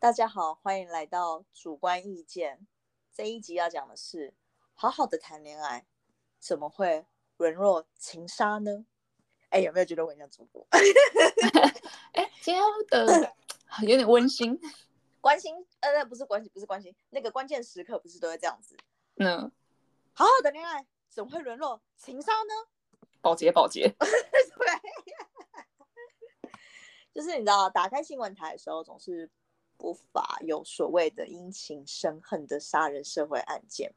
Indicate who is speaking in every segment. Speaker 1: 大家好，欢迎来到主观意见。这一集要讲的是，好好的谈恋爱怎么会沦落情杀呢？哎，有没有觉得我很像主播？
Speaker 2: 哎，今天的有点温馨。
Speaker 1: 关心，呃，不是关心，不是关心，那个关键时刻不是都会这样子？
Speaker 2: 那
Speaker 1: 好好的恋爱怎么会沦落情杀呢？
Speaker 2: 保洁，保洁，
Speaker 1: 对，就是你知道，打开新闻台的时候，总是不乏有所谓的因情生恨的杀人社会案件。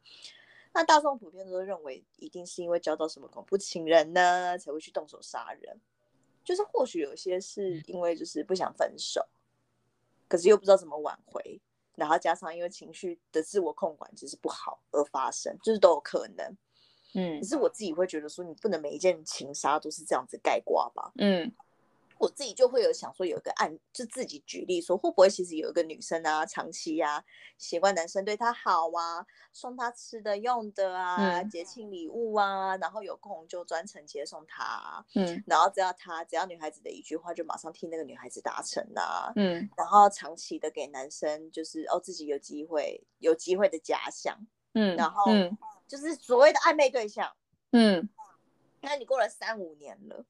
Speaker 1: 那大众普遍都认为，一定是因为交到什么恐怖情人呢，才会去动手杀人。就是或许有些是因为就是不想分手，可是又不知道怎么挽回，然后加上因为情绪的自我控管就是不好而发生，就是都有可能。
Speaker 2: 嗯
Speaker 1: 可是我自己会觉得说，你不能每一件情杀都是这样子盖瓜吧？
Speaker 2: 嗯
Speaker 1: 我自己就会有想说有一个案，就自己举例说，会不会其实有一个女生啊，长期啊习惯男生对她好啊，送她吃的用的啊，
Speaker 2: 嗯
Speaker 1: 节庆礼物啊，然后有空就专程接送她啊、
Speaker 2: 嗯
Speaker 1: 然后只要她只要女孩子的一句话，就马上替那个女孩子达成啊，
Speaker 2: 嗯
Speaker 1: 然后长期的给男生就是哦自己有机会有机会的假想，
Speaker 2: 嗯，
Speaker 1: 然后
Speaker 2: 嗯
Speaker 1: 就是所谓的暧昧对象。
Speaker 2: 嗯
Speaker 1: 那你过了三五年了，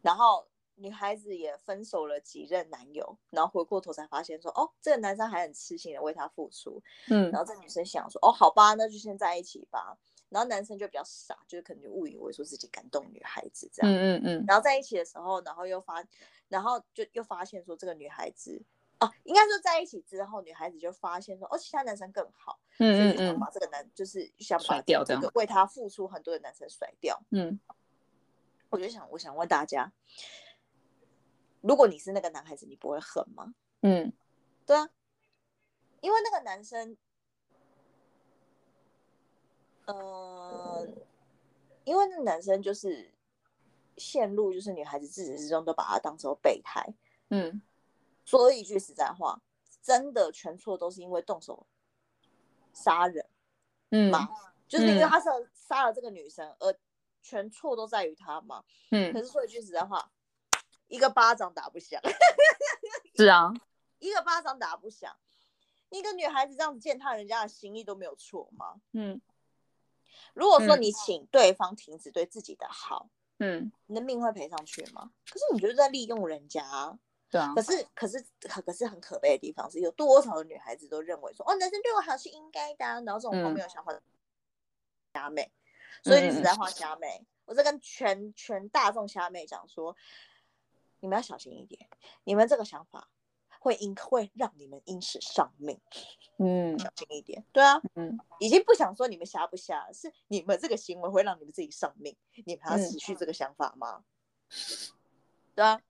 Speaker 1: 然后女孩子也分手了几任男友，然后回过头才发现说，哦，这个男生还很痴情的为她付出，
Speaker 2: 嗯
Speaker 1: 然后这女生想说，哦，好吧，那就先在一起吧。然后男生就比较傻，就是可能就误以为说自己感动女孩子这样，
Speaker 2: 嗯嗯
Speaker 1: 然后在一起的时候，然后又发，然后就又发现说这个女孩子。哦，应该说在一起之后，女孩子就发现说，哦，其他男生更好，所以
Speaker 2: 嗯
Speaker 1: 就想
Speaker 2: 嗯
Speaker 1: 把这个男，就是想把
Speaker 2: 甩掉这
Speaker 1: 这
Speaker 2: 样
Speaker 1: 个为他付出很多的男生甩掉。
Speaker 2: 嗯
Speaker 1: 我就想，我想问大家，如果你是那个男孩子，你不会恨吗？
Speaker 2: 嗯
Speaker 1: 对啊，因为那个男生，呃，因为那男生就是陷入，就是女孩子自始至终都把他当成备胎。
Speaker 2: 嗯
Speaker 1: 说一句实在话，真的全错都是因为动手杀人，
Speaker 2: 嗯
Speaker 1: 就是因为
Speaker 2: 嗯
Speaker 1: 他是杀了这个女生，而全错都在于他嘛。可
Speaker 2: 嗯，
Speaker 1: 是说一句实在话，一个巴掌打不响。
Speaker 2: 是啊，
Speaker 1: 一个巴掌打不响。一个女孩子这样子践踏人家的心意都没有错吗？
Speaker 2: 嗯
Speaker 1: 如果说
Speaker 2: 嗯
Speaker 1: 你请对方停止对自己的好，
Speaker 2: 嗯，
Speaker 1: 你的命会赔上去吗？可是你就是在利用人家、啊。
Speaker 2: 对啊
Speaker 1: 可，是可是可可是很可悲的地方是有多少的女孩子都认为说哦男生对我好是应该的、啊，然后这种荒
Speaker 2: 嗯
Speaker 1: 谬的想法。所以
Speaker 2: 嗯
Speaker 1: 你只
Speaker 2: 嗯
Speaker 1: 在画虾妹，我在跟全全大众虾妹讲说，你们要小心一点，你们这个想法会因会让你们因此丧命。
Speaker 2: 嗯
Speaker 1: 小心一点。对啊，
Speaker 2: 嗯
Speaker 1: 已经不想说你们瞎不瞎，是你们这个行为会让你们自己丧命，你们
Speaker 2: 嗯
Speaker 1: 还要持续这个想法吗？对啊，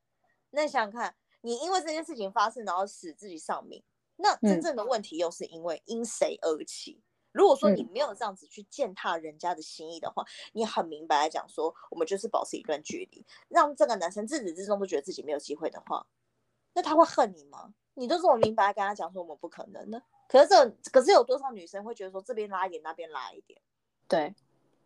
Speaker 1: 那你想想看，你因为这件事情发生，然后使自己丧命，那真
Speaker 2: 嗯
Speaker 1: 正的问题又是因为因谁而起？如果说
Speaker 2: 嗯
Speaker 1: 你没有这样子去践踏人家的心意的话，你很明白来讲说，我们就是保持一段距离，让这个男生自始至终都觉得自己没有机会的话，那他会恨你吗？你都这么明白跟他讲说我们不可能呢？可是这可是有多少女生会觉得说这边拉一点，那边拉一点，
Speaker 2: 对，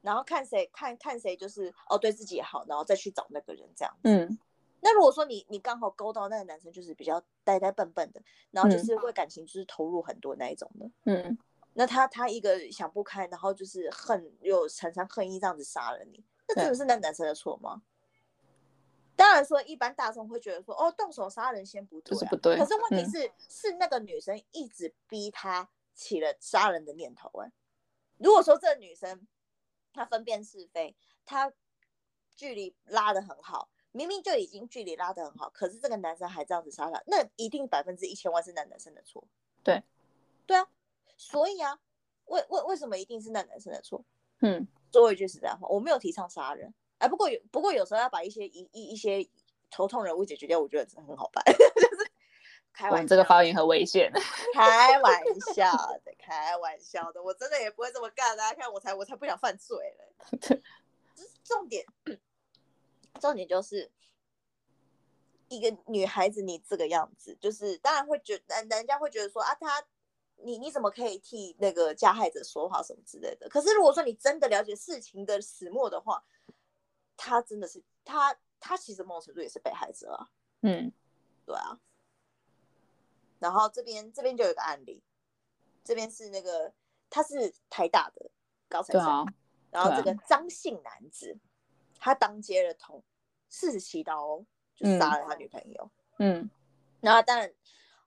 Speaker 1: 然后看谁看看谁就是哦对自己好，然后再去找那个人这样子。
Speaker 2: 嗯
Speaker 1: 那如果说你你刚好勾到那个男生就是比较呆呆笨笨的，然后就
Speaker 2: 嗯
Speaker 1: 是为感情就是投入很多那一种的，
Speaker 2: 嗯
Speaker 1: 那他他一个想不开，然后就是恨又常常恨意这样子杀了你，那真的是那男生的错吗？当然说，一般大众会觉得说，哦，动手杀人先不对、啊，
Speaker 2: 就是不对
Speaker 1: 可是问题
Speaker 2: 嗯
Speaker 1: 是，是那个女生一直逼他起了杀人的念头、欸。哎，如果说这女生她分辨是非，她距离拉得很好，明明就已经距离拉得很好，可是这个男生还这样子杀他，那一定百分之一千万是那男生的错。
Speaker 2: 对，
Speaker 1: 对啊，所以啊，为为为什么一定是那男生的错？
Speaker 2: 嗯
Speaker 1: 说一句实在话，我没有提倡杀人，哎，不过有不过有时候要把一些一一一些头痛人物解决掉，我觉得真的很好办。 就是开
Speaker 2: 我
Speaker 1: 玩
Speaker 2: 们
Speaker 1: 笑，
Speaker 2: 这个发言很危险。
Speaker 1: 开玩笑的，开玩笑的，我真的也不会这么干啊！看我才我才不想犯罪嘞。
Speaker 2: 对，
Speaker 1: 就是重点，重点就是一个女孩子你这个样子，就是当然会觉人人家会觉得说啊，她你你怎么可以替那个加害者说话什么之类的？可是如果说你真的了解事情的始末的话，她真的是她她其实某种程度也是被害者啊，
Speaker 2: 嗯
Speaker 1: 对啊。然后这边这边就有个案例，这边是那个他是台大的高材
Speaker 2: 对
Speaker 1: 生，
Speaker 2: 啊，
Speaker 1: 然后
Speaker 2: 对
Speaker 1: 这
Speaker 2: 啊
Speaker 1: 个张姓男子，他当街了捅四十七刀哦，就杀了他女朋友。
Speaker 2: 嗯
Speaker 1: 然后当然，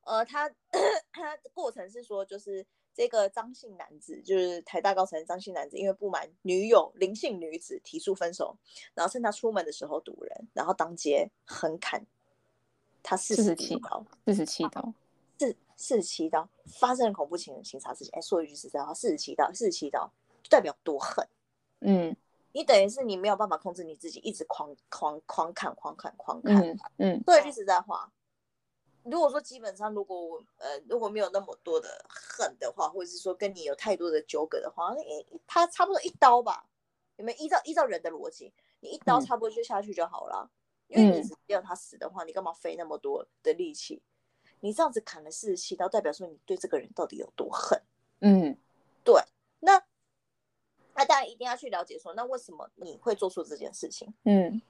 Speaker 1: 呃，他 他的过程是说，就是这个张姓男子，就是台大高材生张姓男子，因为不满女友林姓女子提出分手，然后趁他出门的时候堵人，然后当街横砍他四十几
Speaker 2: 47
Speaker 1: 刀，
Speaker 2: 四十七刀，
Speaker 1: 四四十七刀，发生了恐怖情人情杀事件。哎，说一句实在话，四十七刀，四十七刀就代表多狠。
Speaker 2: 嗯
Speaker 1: 你等于是你没有办法控制你自己，一直狂狂狂砍狂砍狂砍。
Speaker 2: 嗯嗯，
Speaker 1: 说一句实在话，如果说基本上如果我呃如果没有那么多的恨的话，或者是说跟你有太多的纠葛的话，那一他差不多一刀吧，你们依照依照人的逻辑，你一刀
Speaker 2: 嗯
Speaker 1: 差不多就下去就好了。因为
Speaker 2: 嗯
Speaker 1: 你只要他死的话，你干嘛费那么多的力气？你这样子砍了四十七刀，代表说你对这个人到底有多恨？
Speaker 2: 嗯
Speaker 1: 那那大家一定要去了解说，那为什么你会做出这件事情？
Speaker 2: 嗯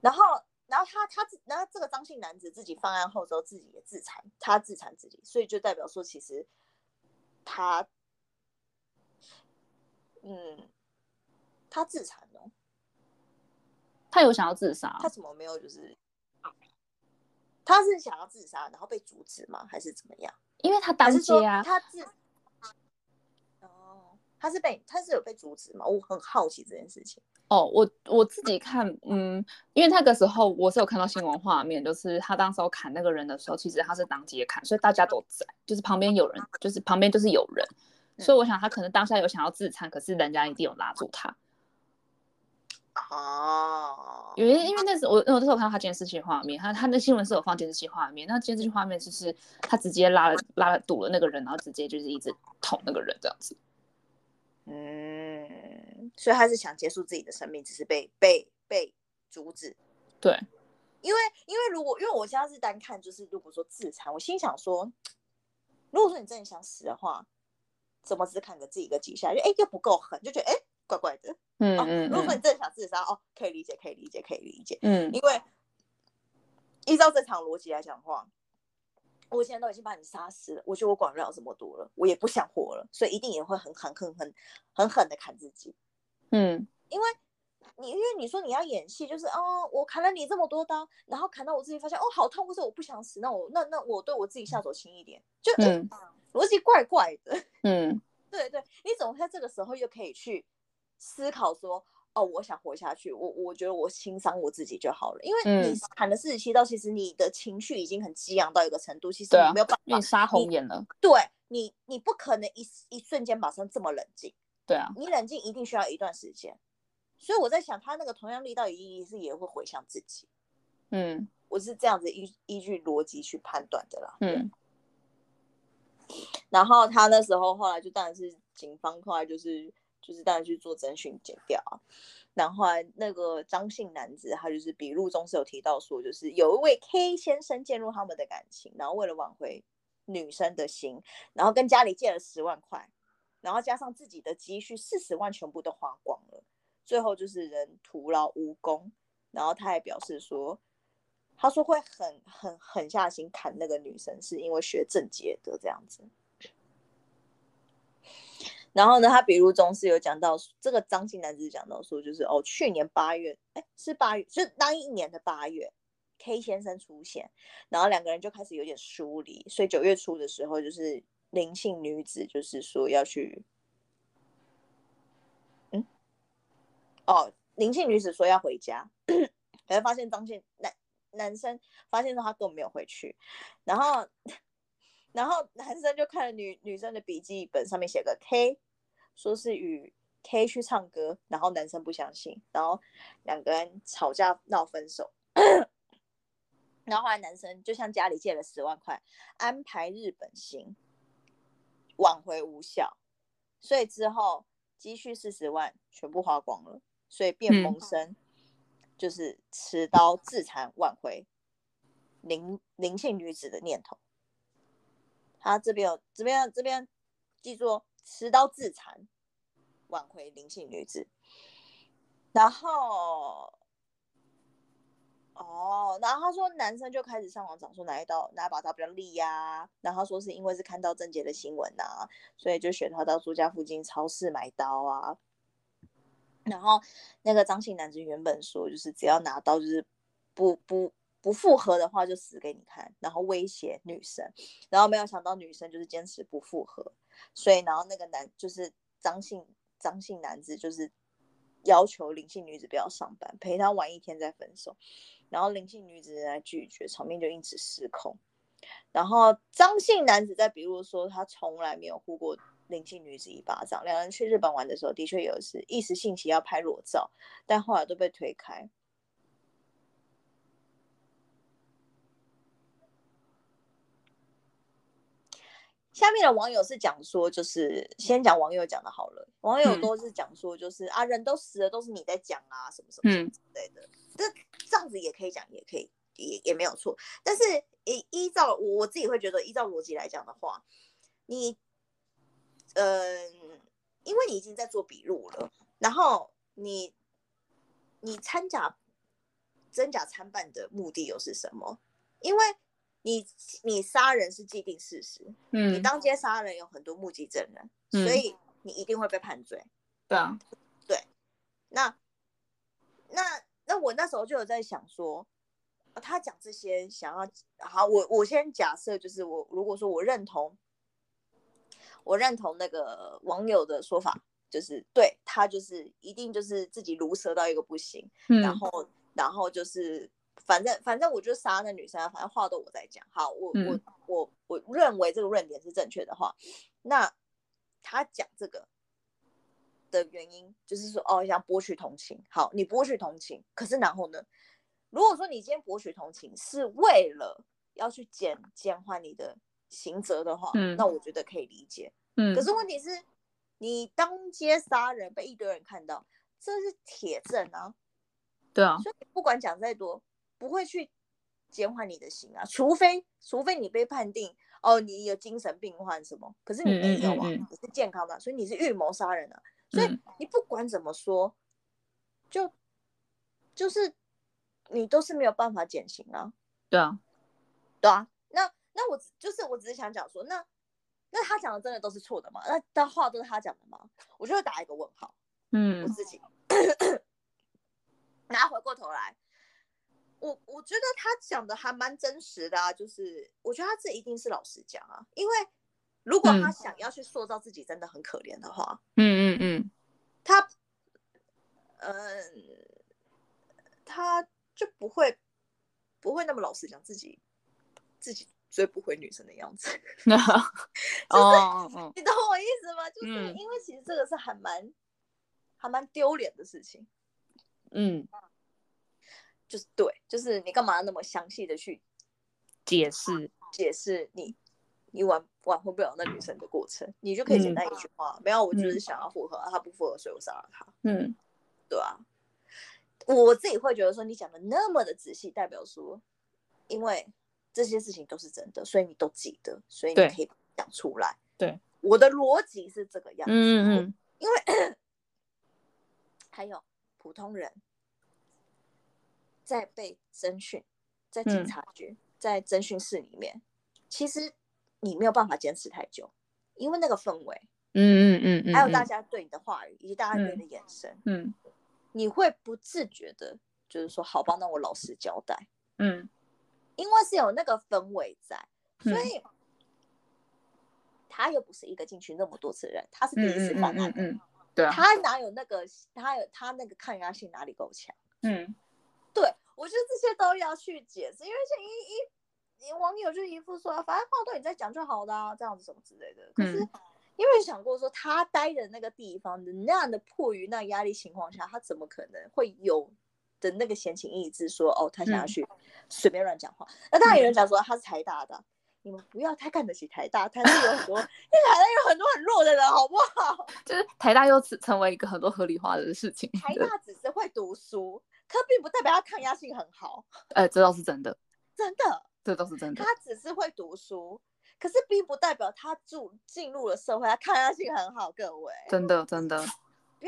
Speaker 1: 然后，然后他他自，然后这个张姓男子自己犯案后之后，自己也自残，他自残自己，所以就代表说，其实他，嗯，他自残哦，
Speaker 2: 他有想要自杀，
Speaker 1: 他怎么没有就是，他是想要自杀，然后被阻止吗？还是怎么样？
Speaker 2: 因为他
Speaker 1: 还
Speaker 2: 当
Speaker 1: 是
Speaker 2: 街
Speaker 1: 说
Speaker 2: 啊，
Speaker 1: 他自，哦，他是被他是有被阻止吗？我很好奇这件事情。
Speaker 2: 哦，我我自己看，嗯，因为那个时候我是有看到新闻画面，就是他当时候砍那个人的时候，其实他是当街砍，所以大家都在，就是旁边有人，就是旁边就是有人，
Speaker 1: 嗯
Speaker 2: 所以我想他可能当下有想要自残，可是人家一定有拉住他，
Speaker 1: 哦，
Speaker 2: 因为因为那时候我我那时候有看到他监视器画面，他他那新闻是有放监视器画面，那监视器画面就是他直接拉了拉了堵了那个人，然后直接就是一直捅那个人这样子，
Speaker 1: 嗯，所以他是想结束自己的生命，只是被被被阻止。
Speaker 2: 对，
Speaker 1: 因为因为如果因为我现在是单看，就是如果说自残，我心想说，如果说你真的想死的话，怎么只砍着自己一个几下？就哎、又不够狠，就觉得哎、怪怪的。
Speaker 2: 嗯
Speaker 1: 哦，
Speaker 2: 嗯
Speaker 1: 如果说你真的想自杀，哦，可以理解，可以理解，可以理解。
Speaker 2: 嗯嗯
Speaker 1: 因为依照正常逻辑来讲的话，我现在都已经把你杀死了，我觉得我管不了这么多了，我也不想活了，所以一定也会很狠、很狠、很狠的砍自己。
Speaker 2: 嗯
Speaker 1: 你因为你说你要演戏，就是哦，我砍了你这么多刀，然后砍到我自己发现哦好痛，或者我不想死，那我那那我对我自己下手轻一点，就诶
Speaker 2: 嗯
Speaker 1: 逻辑怪怪的。
Speaker 2: 嗯
Speaker 1: 对对，你总在这个时候又可以去思考说，哦，我想活下去，我我觉得我轻伤我自己就好了，因为
Speaker 2: 嗯
Speaker 1: 你砍了四十七刀，其实你的情绪已经很激昂到一个程度，其实
Speaker 2: 对啊
Speaker 1: 哦你没有办
Speaker 2: 因为
Speaker 1: 法，
Speaker 2: 你杀红眼了，
Speaker 1: 对你你不可能一一瞬间马上这么冷静，
Speaker 2: 对啊，
Speaker 1: 你冷静一定需要一段时间，所以我在想，他那个同样力道一定是也会回向自己，
Speaker 2: 嗯
Speaker 1: 我是这样子依依据逻辑去判断的啦，
Speaker 2: 嗯
Speaker 1: 然后他那时候后来就当然是警方，后来就是就是当然去做侦讯检调啊。然后后来那个张姓男子，他就是笔录中是有提到说，就是有一位 K 先生介入他们的感情，然后为了挽回女生的心，然后跟家里借了十万块，然后加上自己的积蓄四十万全部都花光了，最后就是人徒劳无功。然后他还表示说，他说会很很狠下心砍那个女生，是因为学正解的这样子。然后呢，他笔录中是有讲到这个张姓男子讲到说，就是哦，去年八月，哎，是八月，就是当一年的八月，K 先生出现，然后两个人就开始有点疏离，所以九月初的时候，就是林姓女子就是说要去，嗯，哦，林姓女子说要回家， 可是发现张姓男男生发现说他根本没有回去，然后然后男生就看了女女生的笔记本上面写个 K，说是与 K 去唱歌，然后男生不相信，然后两个人吵架闹分手。然后后来男生就向家里借了十万块，安排日本行，挽回无效，所以之后积蓄四十万全部花光了，所以变
Speaker 2: 嗯
Speaker 1: 萌生、就是持刀自残挽回林林姓女子的念头。他这边有这边这边记住哦，持刀自残，挽回林姓女子。然后哦，然后他说男生就开始上网找说哪一刀哪把刀比较利呀、然后他说是因为是看到郑杰的新闻呐、所以就选他到住家附近超市买刀啊。然后那个张姓男子原本说就是只要拿刀就是不不不复合的话就死给你看，然后威胁女生，然后没有想到女生就是坚持不复合，所以然后那个男就是张姓张姓男子就是要求林姓女子不要上班，陪她玩一天再分手。然后林姓女子来拒绝，场面就因此失控。然后张姓男子在笔录说，他从来没有呼过林姓女子一巴掌。两人去日本玩的时候，的确有一次一时兴起要拍裸照，但后来都被推开。下面的网友是讲说，就是先讲网友讲的好了，网友
Speaker 2: 嗯
Speaker 1: 都是讲说，就是、啊，人都死了，都是你在讲啊，什么什么什么
Speaker 2: 嗯
Speaker 1: 之类的。这这样子也可以讲，也可以，也也没有错。但是依依照我我自己会觉得，依照逻辑来讲的话，你，嗯、因为你已经在做笔录了，然后你你参假真假参半的目的又是什么？因为你你杀人是既定事实，你
Speaker 2: 嗯，
Speaker 1: 当街杀人有很多目击证人，
Speaker 2: 嗯
Speaker 1: 所以你一定会被判罪。
Speaker 2: 对啊，
Speaker 1: 那那那我那时候就有在想说，呃他讲这些想要好，我我先假设就是我如果说我认同，我认同那个网友的说法，就是对他就是一定就是自己卢舌到一个不行，然
Speaker 2: 嗯
Speaker 1: 后然后就是反正反正我就杀那女生啊，反正话都我在讲。好，我、
Speaker 2: 嗯
Speaker 1: 我我我认为这个论点是正确的话，那他讲这个的原因就是说哦，想博取同情。好，你博取同情，可是然后呢？如果说你今天博取同情是为了要去减减缓你的刑责的话，
Speaker 2: 嗯
Speaker 1: 那我觉得可以理解。
Speaker 2: 嗯，
Speaker 1: 可是问题是，你当街杀人被一堆人看到，这是铁证啊。
Speaker 2: 对啊，
Speaker 1: 所以不管讲再多，不会去减缓你的刑啊，除非除非你被判定哦，你有精神病患什么，可是你
Speaker 2: 嗯嗯
Speaker 1: 没有啊，
Speaker 2: 嗯嗯
Speaker 1: 你是健康的啊、所以你是预谋杀人啊，所以
Speaker 2: 嗯
Speaker 1: 你不管怎么说，就就是你都是没有办法减刑啊，
Speaker 2: 对啊，
Speaker 1: 对啊，那那我只就是我只是想讲说，那那他讲的真的都是错的吗？那他话都是他讲的吗？我就会打一个问号。我
Speaker 2: 嗯
Speaker 1: 自己。 然后回过头来，我我觉得他讲的还蛮真实的啊，就是我觉得他这一定是老实讲啊，因为如果他
Speaker 2: 嗯
Speaker 1: 想要去塑造自己真的很可怜的话，
Speaker 2: 嗯 嗯嗯，
Speaker 1: 他，嗯，他就不会不会那么老实讲自己自己追不回女生的样子。
Speaker 2: 那哦哦哦，
Speaker 1: 你懂我意思吗？就是
Speaker 2: 嗯
Speaker 1: 因为其实这个是还蛮还蛮丢脸的事情。
Speaker 2: 嗯，
Speaker 1: 就是对，就是你干嘛那么详细的去
Speaker 2: 解释，
Speaker 1: 解释你你挽挽回不了那女生的过程？你就可以简
Speaker 2: 嗯
Speaker 1: 单一句话，没有，我就是想要复合，啊、他不复合，所以我杀了他，
Speaker 2: 嗯
Speaker 1: 对啊。我自己会觉得说，你讲的那么的仔细，代表说，因为这些事情都是真的，所以你都记得，所以你
Speaker 2: 对
Speaker 1: 可以讲出来。
Speaker 2: 对，
Speaker 1: 我的逻辑是这个样子。
Speaker 2: 嗯嗯
Speaker 1: 还有普通人在被侦讯，在警
Speaker 2: 嗯
Speaker 1: 察局、在侦讯室里面，其实你没有办法坚持太久，因为那个氛围，
Speaker 2: 嗯嗯嗯嗯，
Speaker 1: 还有大家对你的话语以及大家对你的眼神，
Speaker 2: 嗯
Speaker 1: 你会不自觉的，就是说，好吧，那我老实交代，
Speaker 2: 嗯
Speaker 1: 因为是有那个氛围在，所
Speaker 2: 嗯
Speaker 1: 以。他又不是一个进去那么多次的人，他是第
Speaker 2: 嗯
Speaker 1: 一次
Speaker 2: 嗯
Speaker 1: 犯案
Speaker 2: 嗯
Speaker 1: 的，
Speaker 2: 嗯嗯，对啊，
Speaker 1: 他哪有那个，他有他那个抗压性哪里够强？
Speaker 2: 嗯
Speaker 1: 对，我觉得这些都要去解释，因为像一一网友就一副说，反正话都你在讲就好啦、这样子什么之类的。可是
Speaker 2: 嗯
Speaker 1: 因为想过说，他待的那个地方的那样的迫于那压力情况下，他怎么可能会有的那个闲情逸致说，哦，他想要
Speaker 2: 嗯
Speaker 1: 去随便乱讲话？那当然有人讲说他是台大的啊。你们不要太看得起台大，台大有很多，因为 台大有很多很弱的人，好不好？
Speaker 2: 就是台大又成成为一个很多合理化的事情，
Speaker 1: 台
Speaker 2: 对
Speaker 1: 大只是会读书，可并不代表他抗压性很好，
Speaker 2: 呃，这倒是真的，
Speaker 1: 真的。
Speaker 2: 这倒是真的
Speaker 1: 他，只是会读书，可是并不代表他住进入了社会，他抗压性很好。各位，
Speaker 2: 真的真的，
Speaker 1: 不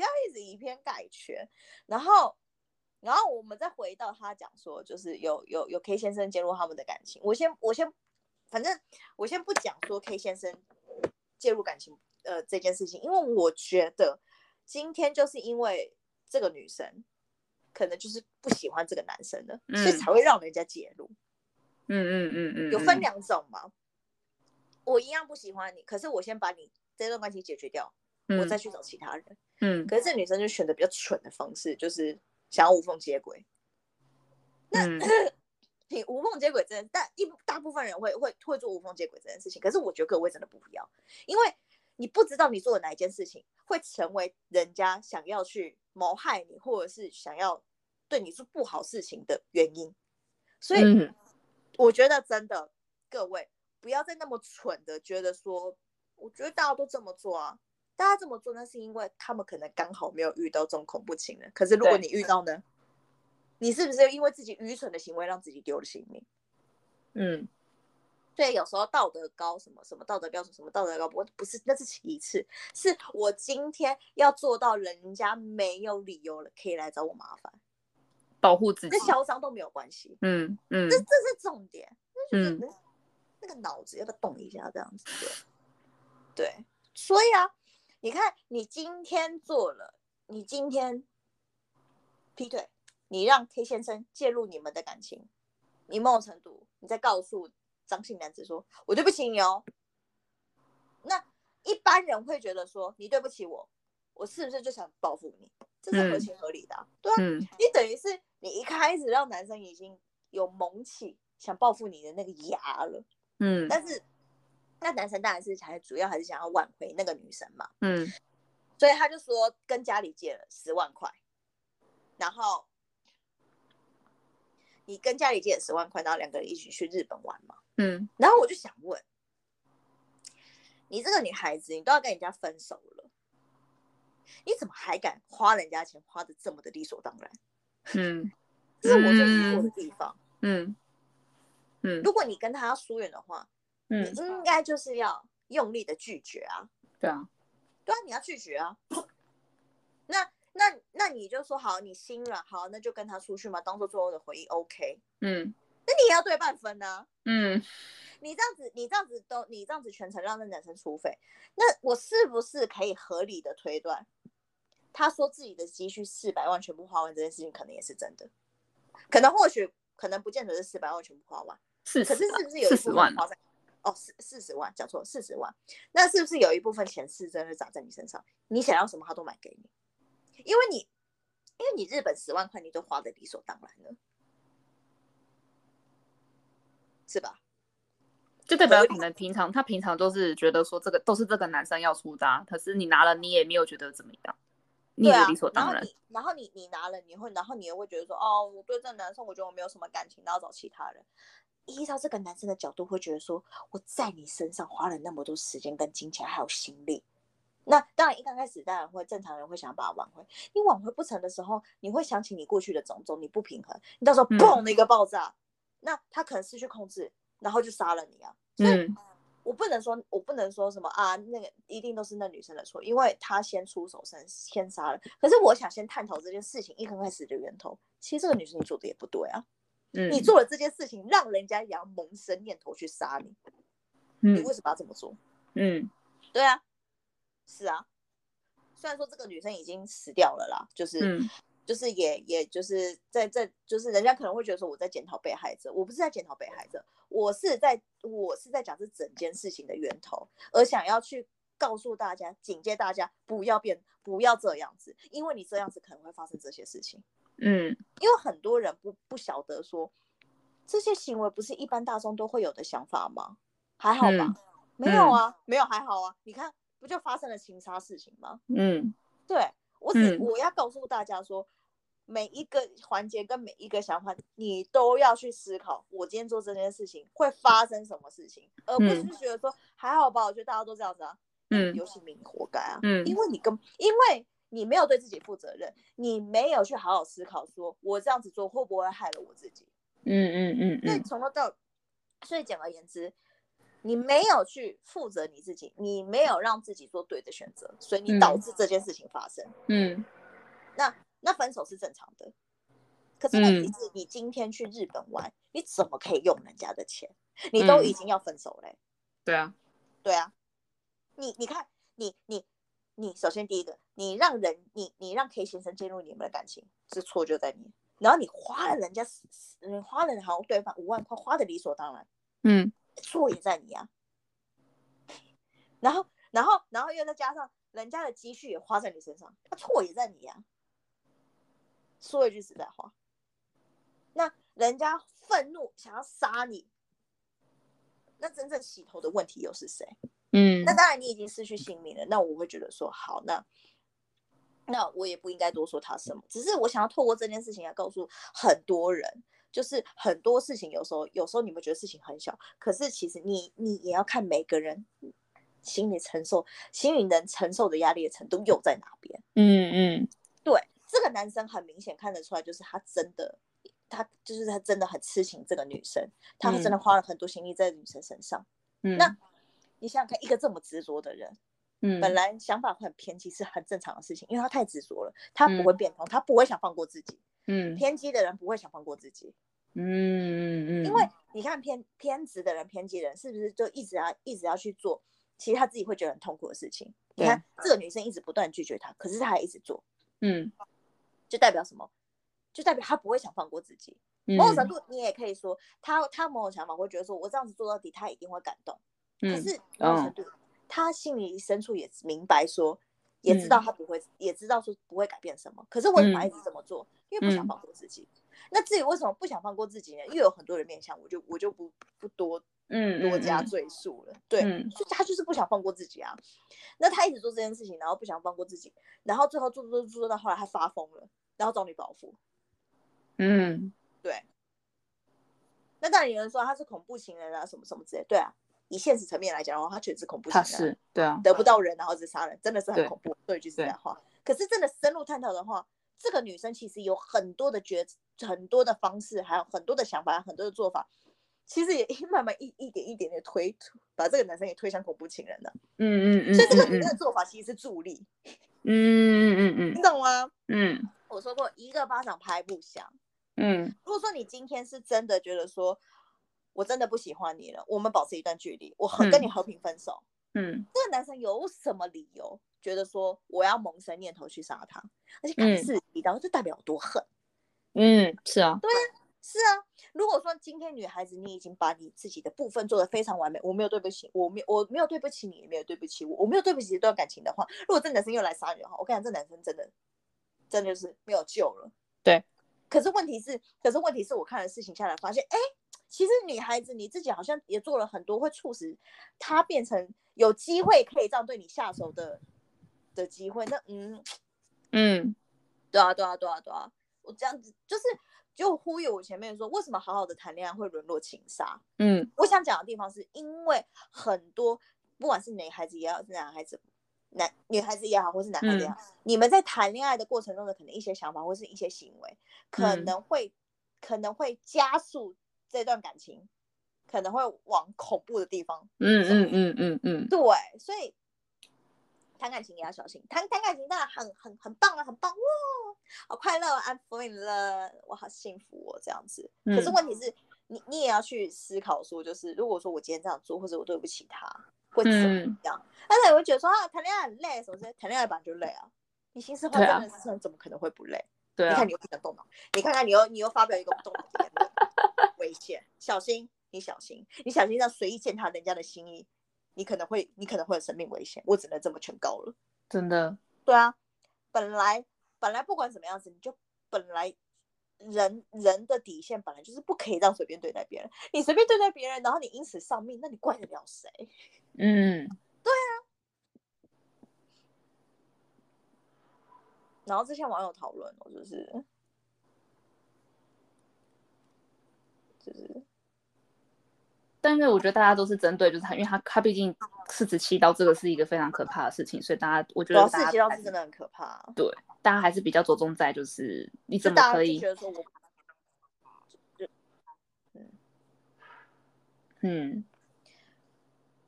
Speaker 1: 要一直以偏概全。然后，然后我们再回到他讲说，就是有有有 K 先生介入他们的感情。我先我先，反正我先不讲说 K 先生介入感情呃这件事情，因为我觉得今天就是因为这个女生可能就是不喜欢这个男生的，
Speaker 2: 嗯
Speaker 1: 所以才会让人家介入。
Speaker 2: 嗯嗯嗯嗯，
Speaker 1: 有分
Speaker 2: 嗯，
Speaker 1: 两种嘛，我一样不喜欢你，可是我先把你这段关系解决掉，
Speaker 2: 嗯
Speaker 1: 我再去找其他人。
Speaker 2: 嗯
Speaker 1: 可是这女生就选择比较蠢的方式，就是想要无缝接轨。
Speaker 2: 嗯
Speaker 1: 你无缝接轨真的，但一大部分人会会会做无缝接轨这件事情。可是我觉得各位真的不要，因为你不知道你做的哪一件事情会成为人家想要去谋害你，或者是想要对你做不好事情的原因。所以
Speaker 2: 嗯
Speaker 1: 我觉得真的，各位不要再那么蠢的觉得说，我觉得大家都这么做啊，大家这么做那是因为他们可能刚好没有遇到这种恐怖情人。可是如果
Speaker 2: 对
Speaker 1: 你遇到呢，你是不是因为自己愚蠢的行为让自己丢了性命？
Speaker 2: 嗯
Speaker 1: 对，有时候道德高什么什么道德标准什么道德高，不不是那是其次，是我今天要做到人家没有理由了可以来找我麻烦，
Speaker 2: 保护自己
Speaker 1: 跟，嚣张都没有关系，
Speaker 2: 嗯嗯
Speaker 1: 这这是重点。
Speaker 2: 嗯
Speaker 1: 嗯，那个脑子要不要动一下？这样子，对，对，所以啊，你看，你今天做了，你今天劈腿，你让 K 先生介入你们的感情，你某种程度你在告诉张姓男子说：“我对不起你哦。”那一般人会觉得说：“你对不起我，我是不是就想报复你？”这是合
Speaker 2: 嗯
Speaker 1: 情合理的啊、对啊，
Speaker 2: 嗯
Speaker 1: 你等于是你一开始让男生已经有萌起想报复你的那个芽了，
Speaker 2: 嗯
Speaker 1: 但是那男生当然是还主要还是想要挽回那个女生嘛，
Speaker 2: 嗯
Speaker 1: 所以他就说跟家里借了十万块，然后你跟家里借了十万块，然后两个人一起去日本玩嘛，
Speaker 2: 嗯
Speaker 1: 然后我就想问，你这个女孩子，你都要跟人家分手了，你怎么还敢花人家钱，花的这么的理所当然？
Speaker 2: 嗯
Speaker 1: 这是我最疑惑的地方。
Speaker 2: 嗯嗯
Speaker 1: 如果你跟他疏远的话，你
Speaker 2: 嗯，
Speaker 1: 应该就是要用力的拒绝啊，
Speaker 2: 对啊，
Speaker 1: 对啊，你要拒绝啊。那那那你就说好，你心软，好，那就跟他出去嘛，当做最后的回忆，OK。
Speaker 2: 嗯
Speaker 1: 那你也要对半分啊，
Speaker 2: 嗯
Speaker 1: 你这样子，你这样子都，你这样子全程让那男生出费，那我是不是可以合理的推断，他说自己的积蓄四百万全部花完这件事情，可能也是真的，可能或许可能不见得是四百万全部花完。
Speaker 2: 四
Speaker 1: 可
Speaker 2: 十
Speaker 1: 是是不是有一
Speaker 2: 四
Speaker 1: 部
Speaker 2: 十
Speaker 1: 分
Speaker 2: 万啊
Speaker 1: 花在？哦，四四十万，讲错了，四十万。那是不是有一部分钱是真的砸在你身上？你想要什么，他都买给你，因为你，因为你日本十万块，你都花的理所当然了，是吧？
Speaker 2: 就代表可能平常他平常都是觉得说这个都是这个男生要出的啊、可是你拿了你也没有觉得怎么样，你
Speaker 1: 对
Speaker 2: 也
Speaker 1: 啊
Speaker 2: 理所，
Speaker 1: 然
Speaker 2: 当
Speaker 1: 后
Speaker 2: 然，
Speaker 1: 你，然后你，你拿了，你会，然后你也会觉得说，哦，我对这个男生，我觉得我没有什么感情，然后找其他人。依照这个男生的角度，会觉得说，我在你身上花了那么多时间、跟金钱，还有心力。那当然，一刚开始当然会正常人会想把它挽回。你挽回不成的时候，你会想起你过去的种种，你不平衡，你到时候
Speaker 2: 嗯
Speaker 1: 嘣的一个爆炸，那他可能失去控制，然后就杀了你啊。所以
Speaker 2: 嗯
Speaker 1: 我不能说，我不能说什么啊，那个一定都是那女生的错，因为她先出手先先杀了。可是我想先探讨这件事情一刚开始的源头，其实这个女生你做的也不对啊，
Speaker 2: 嗯，
Speaker 1: 你做了这件事情，让人家也要萌生念头去杀你，你
Speaker 2: 嗯
Speaker 1: 为什么要这么做？
Speaker 2: 嗯
Speaker 1: 对啊，是啊。虽然说这个女生已经死掉了啦，就是、
Speaker 2: 嗯
Speaker 1: 就是也也就是在在就是人家可能会觉得说我在检讨被害者，我不是在检讨被害者，我是在我是在讲这整件事情的源头，而想要去告诉大家，警戒大家不要变，不要这样子，因为你这样子可能会发生这些事情。
Speaker 2: 嗯
Speaker 1: 因为很多人不不晓得说这些行为不是一般大众都会有的想法吗？还好吧，
Speaker 2: 嗯
Speaker 1: 没有啊，没有还好啊。你看，不就发生了情杀事情吗？
Speaker 2: 嗯
Speaker 1: 对我只、
Speaker 2: 嗯
Speaker 1: 我要告诉大家说，每一个环节跟每一个想法，你都要去思考，我今天做这件事情会发生什么事情，而不是
Speaker 2: 嗯
Speaker 1: 觉得说、还好吧，我觉得大家都这样子啊，
Speaker 2: 嗯
Speaker 1: 游戏名活该啊，
Speaker 2: 嗯
Speaker 1: 因为你跟因为。你没有对自己负责任，你没有去好好思考，说我这样子做会不会害了我自己？
Speaker 2: 嗯嗯
Speaker 1: 所以
Speaker 2: 嗯
Speaker 1: 从头到，所以简而言之，你没有去负责你自己，你没有让自己做对的选择，所以你导
Speaker 2: 嗯
Speaker 1: 致这件事情发生。
Speaker 2: 嗯
Speaker 1: 那那分手是正常的，可是问题是你今天去日本玩，你怎么可以用人家的钱？你都已经要分手嘞、
Speaker 2: 对啊，
Speaker 1: 对啊，你你看，你你你，首先第一个，你让人你你让 K 先生进入你们的感情，是错就在你，然后你花了人家，人花了好像对方五万块，花的理所当然，
Speaker 2: 嗯，
Speaker 1: 错也在你啊。然后然后然后又再加上人家的积蓄也花在你身上，那错也在你呀、说一句实在话，那人家愤怒想要杀你，那真正洗头的问题又是谁？
Speaker 2: 嗯
Speaker 1: 那当然你已经失去性命了，那我会觉得说好，那那我也不应该多说他什么，只是我想要透过这件事情来告诉很多人。就是很多事情，有时候有时候你们觉得事情很小，可是其实你你也要看每个人心理承受、心理能承受的压力的程度又在哪边。
Speaker 2: 嗯嗯，
Speaker 1: 对，这个男生很明显看得出来，就是他真的，他就是他真的很痴情这个女生，他真的花了很多心力在女生身上。
Speaker 2: 嗯
Speaker 1: 那你想想看，一个这么执着的人，
Speaker 2: 嗯
Speaker 1: 本来想法会很偏激是很正常的事情，因为他太执着了，他不
Speaker 2: 嗯
Speaker 1: 会变通，他不会想放过自己。
Speaker 2: 嗯
Speaker 1: 偏激的人不会想放过自己，
Speaker 2: 嗯嗯嗯，
Speaker 1: 因为你看偏偏执的人、偏激的人，是不是就一直要一直要去做，其实他自己会觉得很痛苦的事情。你看这个女生一直不断拒绝他，可是他还一直做，
Speaker 2: 嗯
Speaker 1: 就代表什么？就代表他不会想放过自己。
Speaker 2: 嗯，
Speaker 1: 某种程度，你也可以说他他某种想法会觉得说，我这样子做到底，他一定会感动。可
Speaker 2: 嗯
Speaker 1: 是某种程度，他心里深处也明白说，也
Speaker 2: 嗯
Speaker 1: 知道他不会，也知道说不会改变什么。可是为什么要一直这么做？因为不想
Speaker 2: 嗯
Speaker 1: 放过自己。那至于为什么不想放过自己呢？又有很多的面向，我就我就不不多
Speaker 2: 嗯
Speaker 1: 多加赘述了。对，
Speaker 2: 嗯
Speaker 1: 就他就是不想放过自己啊。那他一直做这件事情，然后不想放过自己，然后最后做做做做到后来他发疯了，然后找你报复。
Speaker 2: 嗯
Speaker 1: 那当然有人说他是恐怖情人啊，什么什么之类。对啊，以现实层面来讲的话，他确实是恐怖情
Speaker 2: 他
Speaker 1: 人啊、
Speaker 2: 是对啊，
Speaker 1: 得不到人，然后只杀人，真的是很
Speaker 2: 对
Speaker 1: 恐怖。说一句实
Speaker 2: 对
Speaker 1: 在话，可是真的深入探讨的话，这个女生其实有很多的觉，很多的方式，还有很多的想法，很多的做法，其实也慢慢一一点一点的推，把这个男生也推向恐怖情人了。
Speaker 2: 嗯嗯嗯，
Speaker 1: 所以这个女生的做法其实是助力，
Speaker 2: 嗯嗯
Speaker 1: 你
Speaker 2: 嗯
Speaker 1: 懂吗？
Speaker 2: 嗯
Speaker 1: 我说过，一个巴掌拍不响。
Speaker 2: 嗯
Speaker 1: 如果说你今天是真的觉得说，我真的不喜欢你了，我们保持一段距离，我和
Speaker 2: 嗯
Speaker 1: 跟你和平分手，
Speaker 2: 嗯
Speaker 1: 这个男生有什么理由觉得说我要萌生念头去杀他？而且看
Speaker 2: 嗯
Speaker 1: 似一刀，这代表有多恨？
Speaker 2: 嗯，是啊，
Speaker 1: 是啊，如果说今天女孩子你已经把你自己的部分做得非常完美，我没有对不起，我没有我没有对不起你，也没有对不起我，我没有对不起这段感情的话，如果这男生又来杀你的话，我跟你讲，这男生真的真的是没有救了。
Speaker 2: 对。
Speaker 1: 可是问题是，可是问题是我看了事情下来发现，哎，其实女孩子你自己好像也做了很多会促使他变成有机会可以这样对你下手的的机会。那嗯，
Speaker 2: 嗯
Speaker 1: 对啊，对啊，对啊，对啊，我这样子就是就呼吁我前面说，为什么好好的谈恋爱会沦落情杀？
Speaker 2: 嗯
Speaker 1: 我想讲的地方是因为很多不管是女孩子也好，是男孩子。男女孩子也好，或是男孩子也好，你们在谈恋爱的过程中的可能一些想法或是一些行为，可
Speaker 2: 嗯
Speaker 1: 能会、可能会加速这段感情，可能会往恐怖的地方
Speaker 2: 嗯嗯嗯嗯
Speaker 1: 对，所以谈感情也要小心。谈谈感情当然很很很棒啊，很棒哇，好快乐，I'm f e e l i 我好幸福哦，这样子。可是
Speaker 2: 嗯
Speaker 1: 问题是，你你也要去思考说，就是如果说我今天这样做，或者我对不起他，会怎么
Speaker 2: 嗯
Speaker 1: 样？但是你会觉得说啊，谈恋爱很累，什么之类，谈恋爱本来就累啊。你心思花
Speaker 2: 对
Speaker 1: 在
Speaker 2: 啊
Speaker 1: 那身上，怎么可能会不累？
Speaker 2: 对
Speaker 1: 你
Speaker 2: 啊
Speaker 1: 看，你又不想动脑，你看看你又你又发表一个不动脑的言论危险，小心，你小心，你小心这样随意践踏人家的心意，你可能会你可能会有生命危险，我只能这么劝告了。
Speaker 2: 真的，
Speaker 1: 对啊，本来本来不管怎么样子，你就本来人人的底线本来就是不可以这样随便对待别人，你随便对待别人，然后你因此丧命，那你怪得了谁？
Speaker 2: 嗯
Speaker 1: 然后之前网友讨论哦，就是就是
Speaker 2: 但因为我觉得大家都是针对，就是他，因为他他毕竟四十七刀这个是一个非常可怕的事情，所以大家我觉
Speaker 1: 主要
Speaker 2: 得
Speaker 1: 是
Speaker 2: 大
Speaker 1: 知
Speaker 2: 家
Speaker 1: 道
Speaker 2: 还
Speaker 1: 是真
Speaker 2: 是
Speaker 1: 的很可怕啊、
Speaker 2: 大家还是比较着重在就是你
Speaker 1: 就
Speaker 2: 怎么
Speaker 1: 大家
Speaker 2: 可
Speaker 1: 就
Speaker 2: 以
Speaker 1: 觉得说我
Speaker 2: 嗯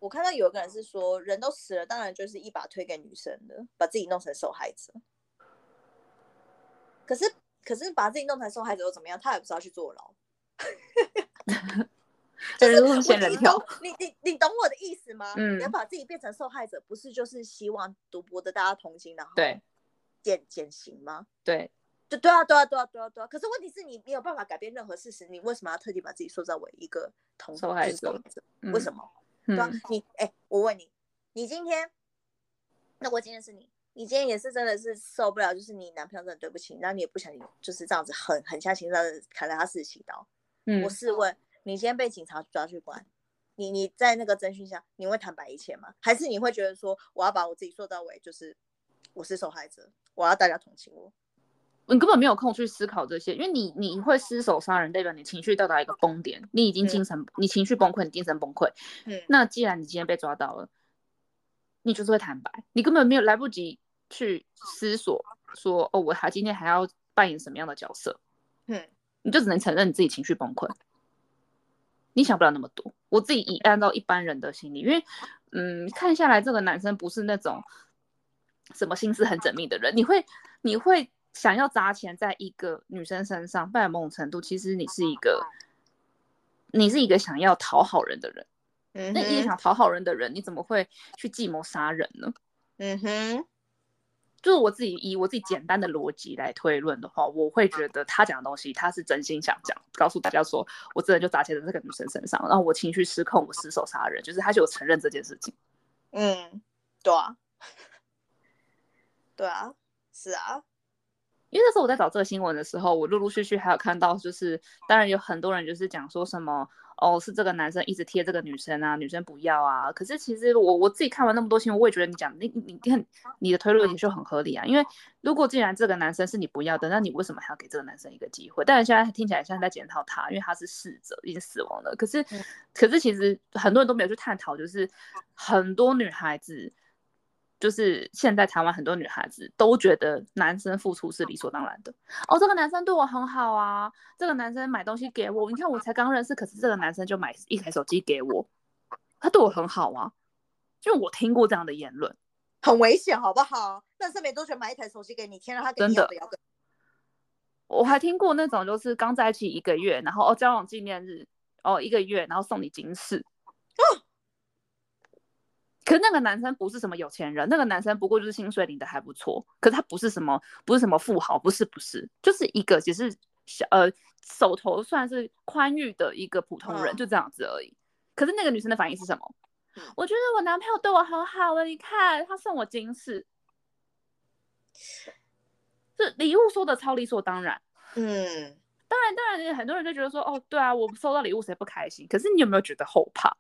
Speaker 1: 我看到有一个人是说，人都死了，当然就是一把推给女生的，把自己弄成受害者。可是可是把自己弄成受害者又怎么样？他也不是要去坐牢。
Speaker 2: 就是路线人
Speaker 1: 你
Speaker 2: 票
Speaker 1: 懂。你你你懂我的意思吗？
Speaker 2: 嗯
Speaker 1: 要把自己变成受害者，不是就是希望赌博的大家同情，然后
Speaker 2: 对
Speaker 1: 减减刑吗？
Speaker 2: 对，
Speaker 1: 对对啊，对啊，对啊，对啊，对啊。可是问题是你没有办法改变任何事实，你为什么要特地把自己塑造为一个同
Speaker 2: 受害
Speaker 1: 就是受
Speaker 2: 者嗯
Speaker 1: 为什么？对啊
Speaker 2: 嗯，，
Speaker 1: 你哎、我问你，你今天，那我今天是你，你今天也是真的是受不了，就是你男朋友真的对不起你，然后你也不想就是这样子狠狠下心这样子砍了他四十七刀。
Speaker 2: 嗯
Speaker 1: 哦我试问你，今天被警察抓去关，你你在那个侦讯下，你会坦白一切吗？还是你会觉得说，我要把我自己塑造为就是我是受害者，我要大家同情我？
Speaker 2: 你根本没有空去思考这些，因为你你会失手杀人，代表你情绪到达一个崩点，你已经精神，你情绪崩溃，你精神崩溃。
Speaker 1: 嗯
Speaker 2: 那既然你今天被抓到了，你就是会坦白，你根本没有来不及去思索说，哦，我还今天还要扮演什么样的角色？
Speaker 1: 嗯，
Speaker 2: 你就只能承认你自己情绪崩溃，你想不了那么多。我自己以按照一般人的心理，因为嗯，看下来这个男生不是那种什么心思很缜密的人，你会你会想要砸钱在一个女生身上，在某种程度，其实你是一个你是一个想要讨好人的人。
Speaker 1: 嗯
Speaker 2: 那一个想讨好人的人，你怎么会去计谋杀人呢？
Speaker 1: 嗯哼，
Speaker 2: 就是我自己以我自己简单的逻辑来推论的话，我会觉得他讲的东西，他是真心想讲，告诉大家说我真的就砸钱在这个女生身上，然后我情绪失控，我失手杀人，就是他就有承认这件事情。
Speaker 1: 嗯，对啊， 对啊，是啊，
Speaker 2: 因为那时候我在找这个新闻的时候，我陆陆续续还有看到，就是当然有很多人就是讲说什么哦，是这个男生一直贴这个女生啊，女生不要啊。可是其实我我自己看完那么多新闻，我也觉得你讲你你你看你的推论也就很合理啊。因为如果既然这个男生是你不要的，那你为什么还要给这个男生一个机会？但是现在听起来像是在检讨他，因为他是逝者，已经死亡了。可是
Speaker 1: 嗯
Speaker 2: 可是其实很多人都没有去探讨，就是很多女孩子。就是现在台湾很多女孩子都觉得男生付出是理所当然的。哦，这个男生对我很好啊，这个男生买东西给我，你看我才刚认识，可是这个男生就买一台手机给我，他对我很好啊。因为我听过这样的言论，
Speaker 1: 很危险，好不好？但是没多久买一台手机给你，天啊，他给你
Speaker 2: 真的
Speaker 1: 要的要跟，
Speaker 2: 我还听过那种就是刚在一起一个月，然后哦交往纪念日哦一个月，然后送你金饰。
Speaker 1: 哦
Speaker 2: 可是那个男生不是什么有钱人，那个男生不过就是薪水领的还不错，可是他不是什么不是什么富豪，不是不是，就是一个只是小呃手头算是宽裕的一个普通人，
Speaker 1: 嗯
Speaker 2: 就这样子而已。可是那个女生的反应是什么
Speaker 1: 嗯？
Speaker 2: 我觉得我男朋友对我很好了，你看他送我金饰，这礼物说的超理所当然。
Speaker 1: 嗯，
Speaker 2: 当然，当然，很多人就觉得说，哦，对啊，我收到礼物谁不开心？可是你有没有觉得后怕？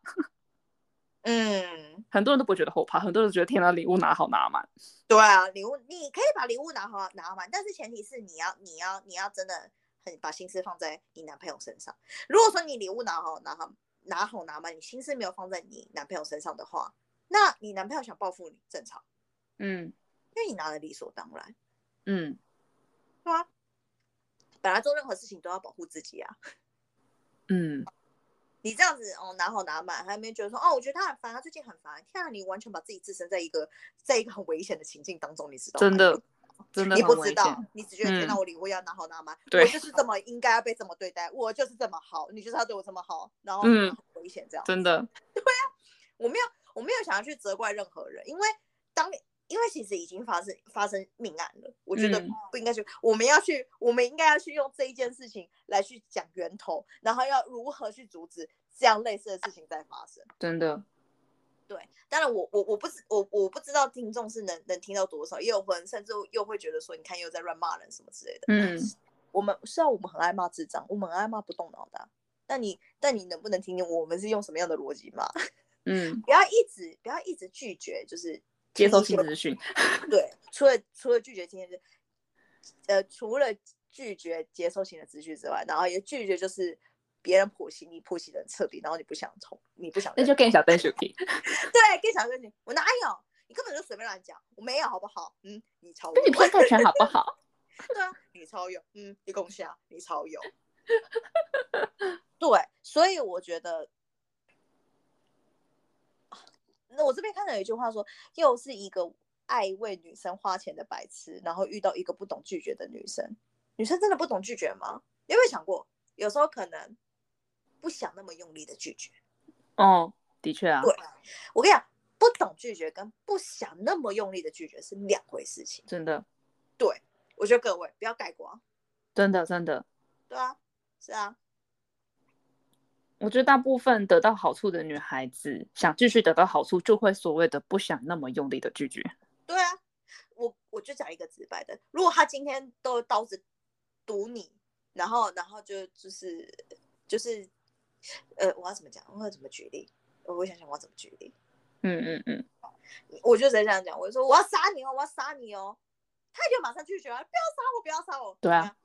Speaker 1: 嗯，
Speaker 2: 很多人都不会觉得后怕，很多人觉得天哪，礼物拿好拿满。
Speaker 1: 对啊，礼物你可以把礼物拿好拿完，但是前提是你要你要你要真的很把心思放在你男朋友身上。如果说你礼物拿好拿好拿好拿满，你心思没有放在你男朋友身上的话，那你男朋友想报复你正常，
Speaker 2: 嗯
Speaker 1: 因为你拿的理所当然，
Speaker 2: 嗯，
Speaker 1: 对吧？本来做任何事情都要保护自己啊。
Speaker 2: 嗯，
Speaker 1: 你这样子哦，拿好拿满，还没觉得说哦，我觉得他很烦，他最近很烦。天啊，你完全把自己置身在一个在一个很危险的情境当中，你知道吗？
Speaker 2: 真的，真的
Speaker 1: 你不
Speaker 2: 很危
Speaker 1: 知
Speaker 2: 险。
Speaker 1: 道，你只觉得天哪，
Speaker 2: 嗯
Speaker 1: 我礼物要拿好拿满，
Speaker 2: 对
Speaker 1: 我就是这么应该要被这么对待，我就是这么好，你就是要对我这么好，然后
Speaker 2: 嗯
Speaker 1: 很危险这样。
Speaker 2: 真的，
Speaker 1: 我没有，我没有想要去责怪任何人，因为当因为其实已经发生发生命案了，我觉得
Speaker 2: 嗯
Speaker 1: 不应该去，我们要去，我们应该要去用这一件事情来去讲源头，然后要如何去阻止这样类似的事情再发生。
Speaker 2: 真 的，
Speaker 1: 对，当然我我我不知我我不知道听众是能能听到多少，也有人甚至又会觉得说，你看又在乱骂人什么之类的。
Speaker 2: 嗯，
Speaker 1: 我们虽然我们很爱骂智障，我们很爱骂不动脑的啊，但你但你能不能听听我们是用什么样的逻辑骂？
Speaker 2: 嗯，
Speaker 1: 不要一直不要一直拒绝，就是
Speaker 2: 接受
Speaker 1: 听
Speaker 2: 新
Speaker 1: 一些
Speaker 2: 资讯。
Speaker 1: 对，除了除了拒绝今天是，呃，除了拒绝接受型的资讯之外，然后也拒绝就是别人剖析你剖析的彻底，然后你不想从你不想
Speaker 2: 那
Speaker 1: 认
Speaker 2: 就跟小灯 Suki，
Speaker 1: 对，跟小哥你，我哪有？你根本就随便乱讲，我没有，好不好？嗯，你超有
Speaker 2: 跟，你偏概全好不 好？
Speaker 1: 对啊，你超有，嗯，你恭喜啊，你超有。对，所以我觉得，那我这边看到有一句话说，又是一个爱为女生花钱的白痴，然后遇到一个不懂拒绝的女生。女生真的不懂拒绝吗？你有没有想过，有时候可能不想那么用力的拒绝？
Speaker 2: 哦，的确啊，
Speaker 1: 对我跟你讲，不懂拒绝跟不想那么用力的拒绝是两回事情。
Speaker 2: 真的，
Speaker 1: 对，我觉得各位不要盖瓜。
Speaker 2: 真的，真的，
Speaker 1: 对啊，是啊，
Speaker 2: 我觉得大部分得到好处的女孩子，想继续得到好处，就会所谓的不想那么用力的拒绝。
Speaker 1: 对啊。我我就讲一个直白的，如果他今天都刀子堵你，然后然后就就是就是，呃，我要怎么讲？我要怎么举例？我想想我要怎么举例。
Speaker 2: 嗯嗯嗯，
Speaker 1: 我就直接这样讲，我就说我要杀你哦，我要杀你哦，他就马上拒绝啊，不要杀我，不要杀我，
Speaker 2: 对啊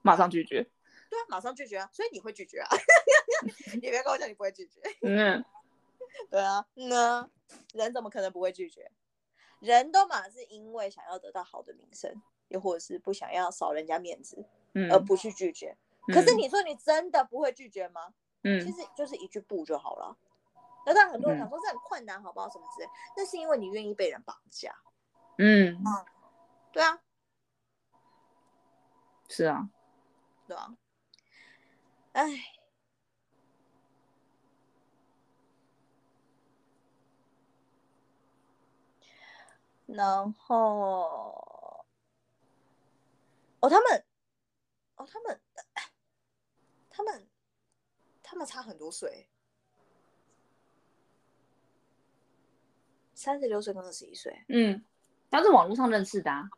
Speaker 1: 马上拒绝了，
Speaker 2: 马上拒绝。
Speaker 1: 对啊，马上拒绝啊，所以你会拒绝啊， 你别跟我讲你不会拒绝，
Speaker 2: 嗯，
Speaker 1: 对啊，那人怎么可能不会拒绝？人都嘛是因为想要得到好的名声，又或者是不想要扫人家面子
Speaker 2: 嗯
Speaker 1: 呃而不去拒绝。可是，你说你真的不会拒绝吗？
Speaker 2: 嗯
Speaker 1: 其
Speaker 2: 嗯
Speaker 1: 实就是一句不就好了。那当然，很多人讲说这很困难，好不好？什么之类，那是因为你愿意被人绑架。
Speaker 2: 嗯，
Speaker 1: 对啊，
Speaker 2: 是啊，
Speaker 1: 对啊。哎，然后，哦，他们，哦，他们，他们，他们差很多岁，三十六岁跟二十一岁
Speaker 2: 嗯，但是网络上认识的啊，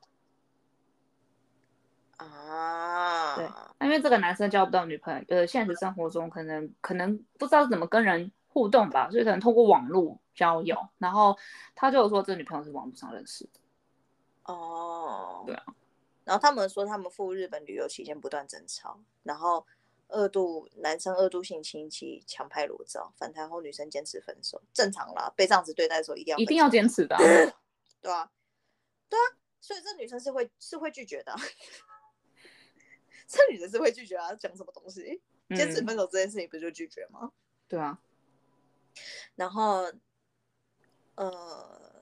Speaker 1: 啊，
Speaker 2: 对因为这个男生交不到女朋友，呃，现实生活中可能可能不知道怎么跟人互动吧，所以可能通过网络交友，然后他就有说这女朋友是网络上认识的，
Speaker 1: 哦，
Speaker 2: 对
Speaker 1: 啊。然后他们说，他们赴日本旅游期间不断争吵，然后二度男生二度性侵及强拍裸照，反弹后女生坚持分手，正常啦。被这样子对待的时候，一定要
Speaker 2: 一定
Speaker 1: 分
Speaker 2: 要坚持的 啊、
Speaker 1: 手对啊，对啊。所以这女生是会是会拒绝的啊、 这女生是会拒绝啊，讲什么东西？坚持
Speaker 2: 嗯
Speaker 1: 分手这件事情不就拒绝吗？
Speaker 2: 对啊，
Speaker 1: 然后，呃，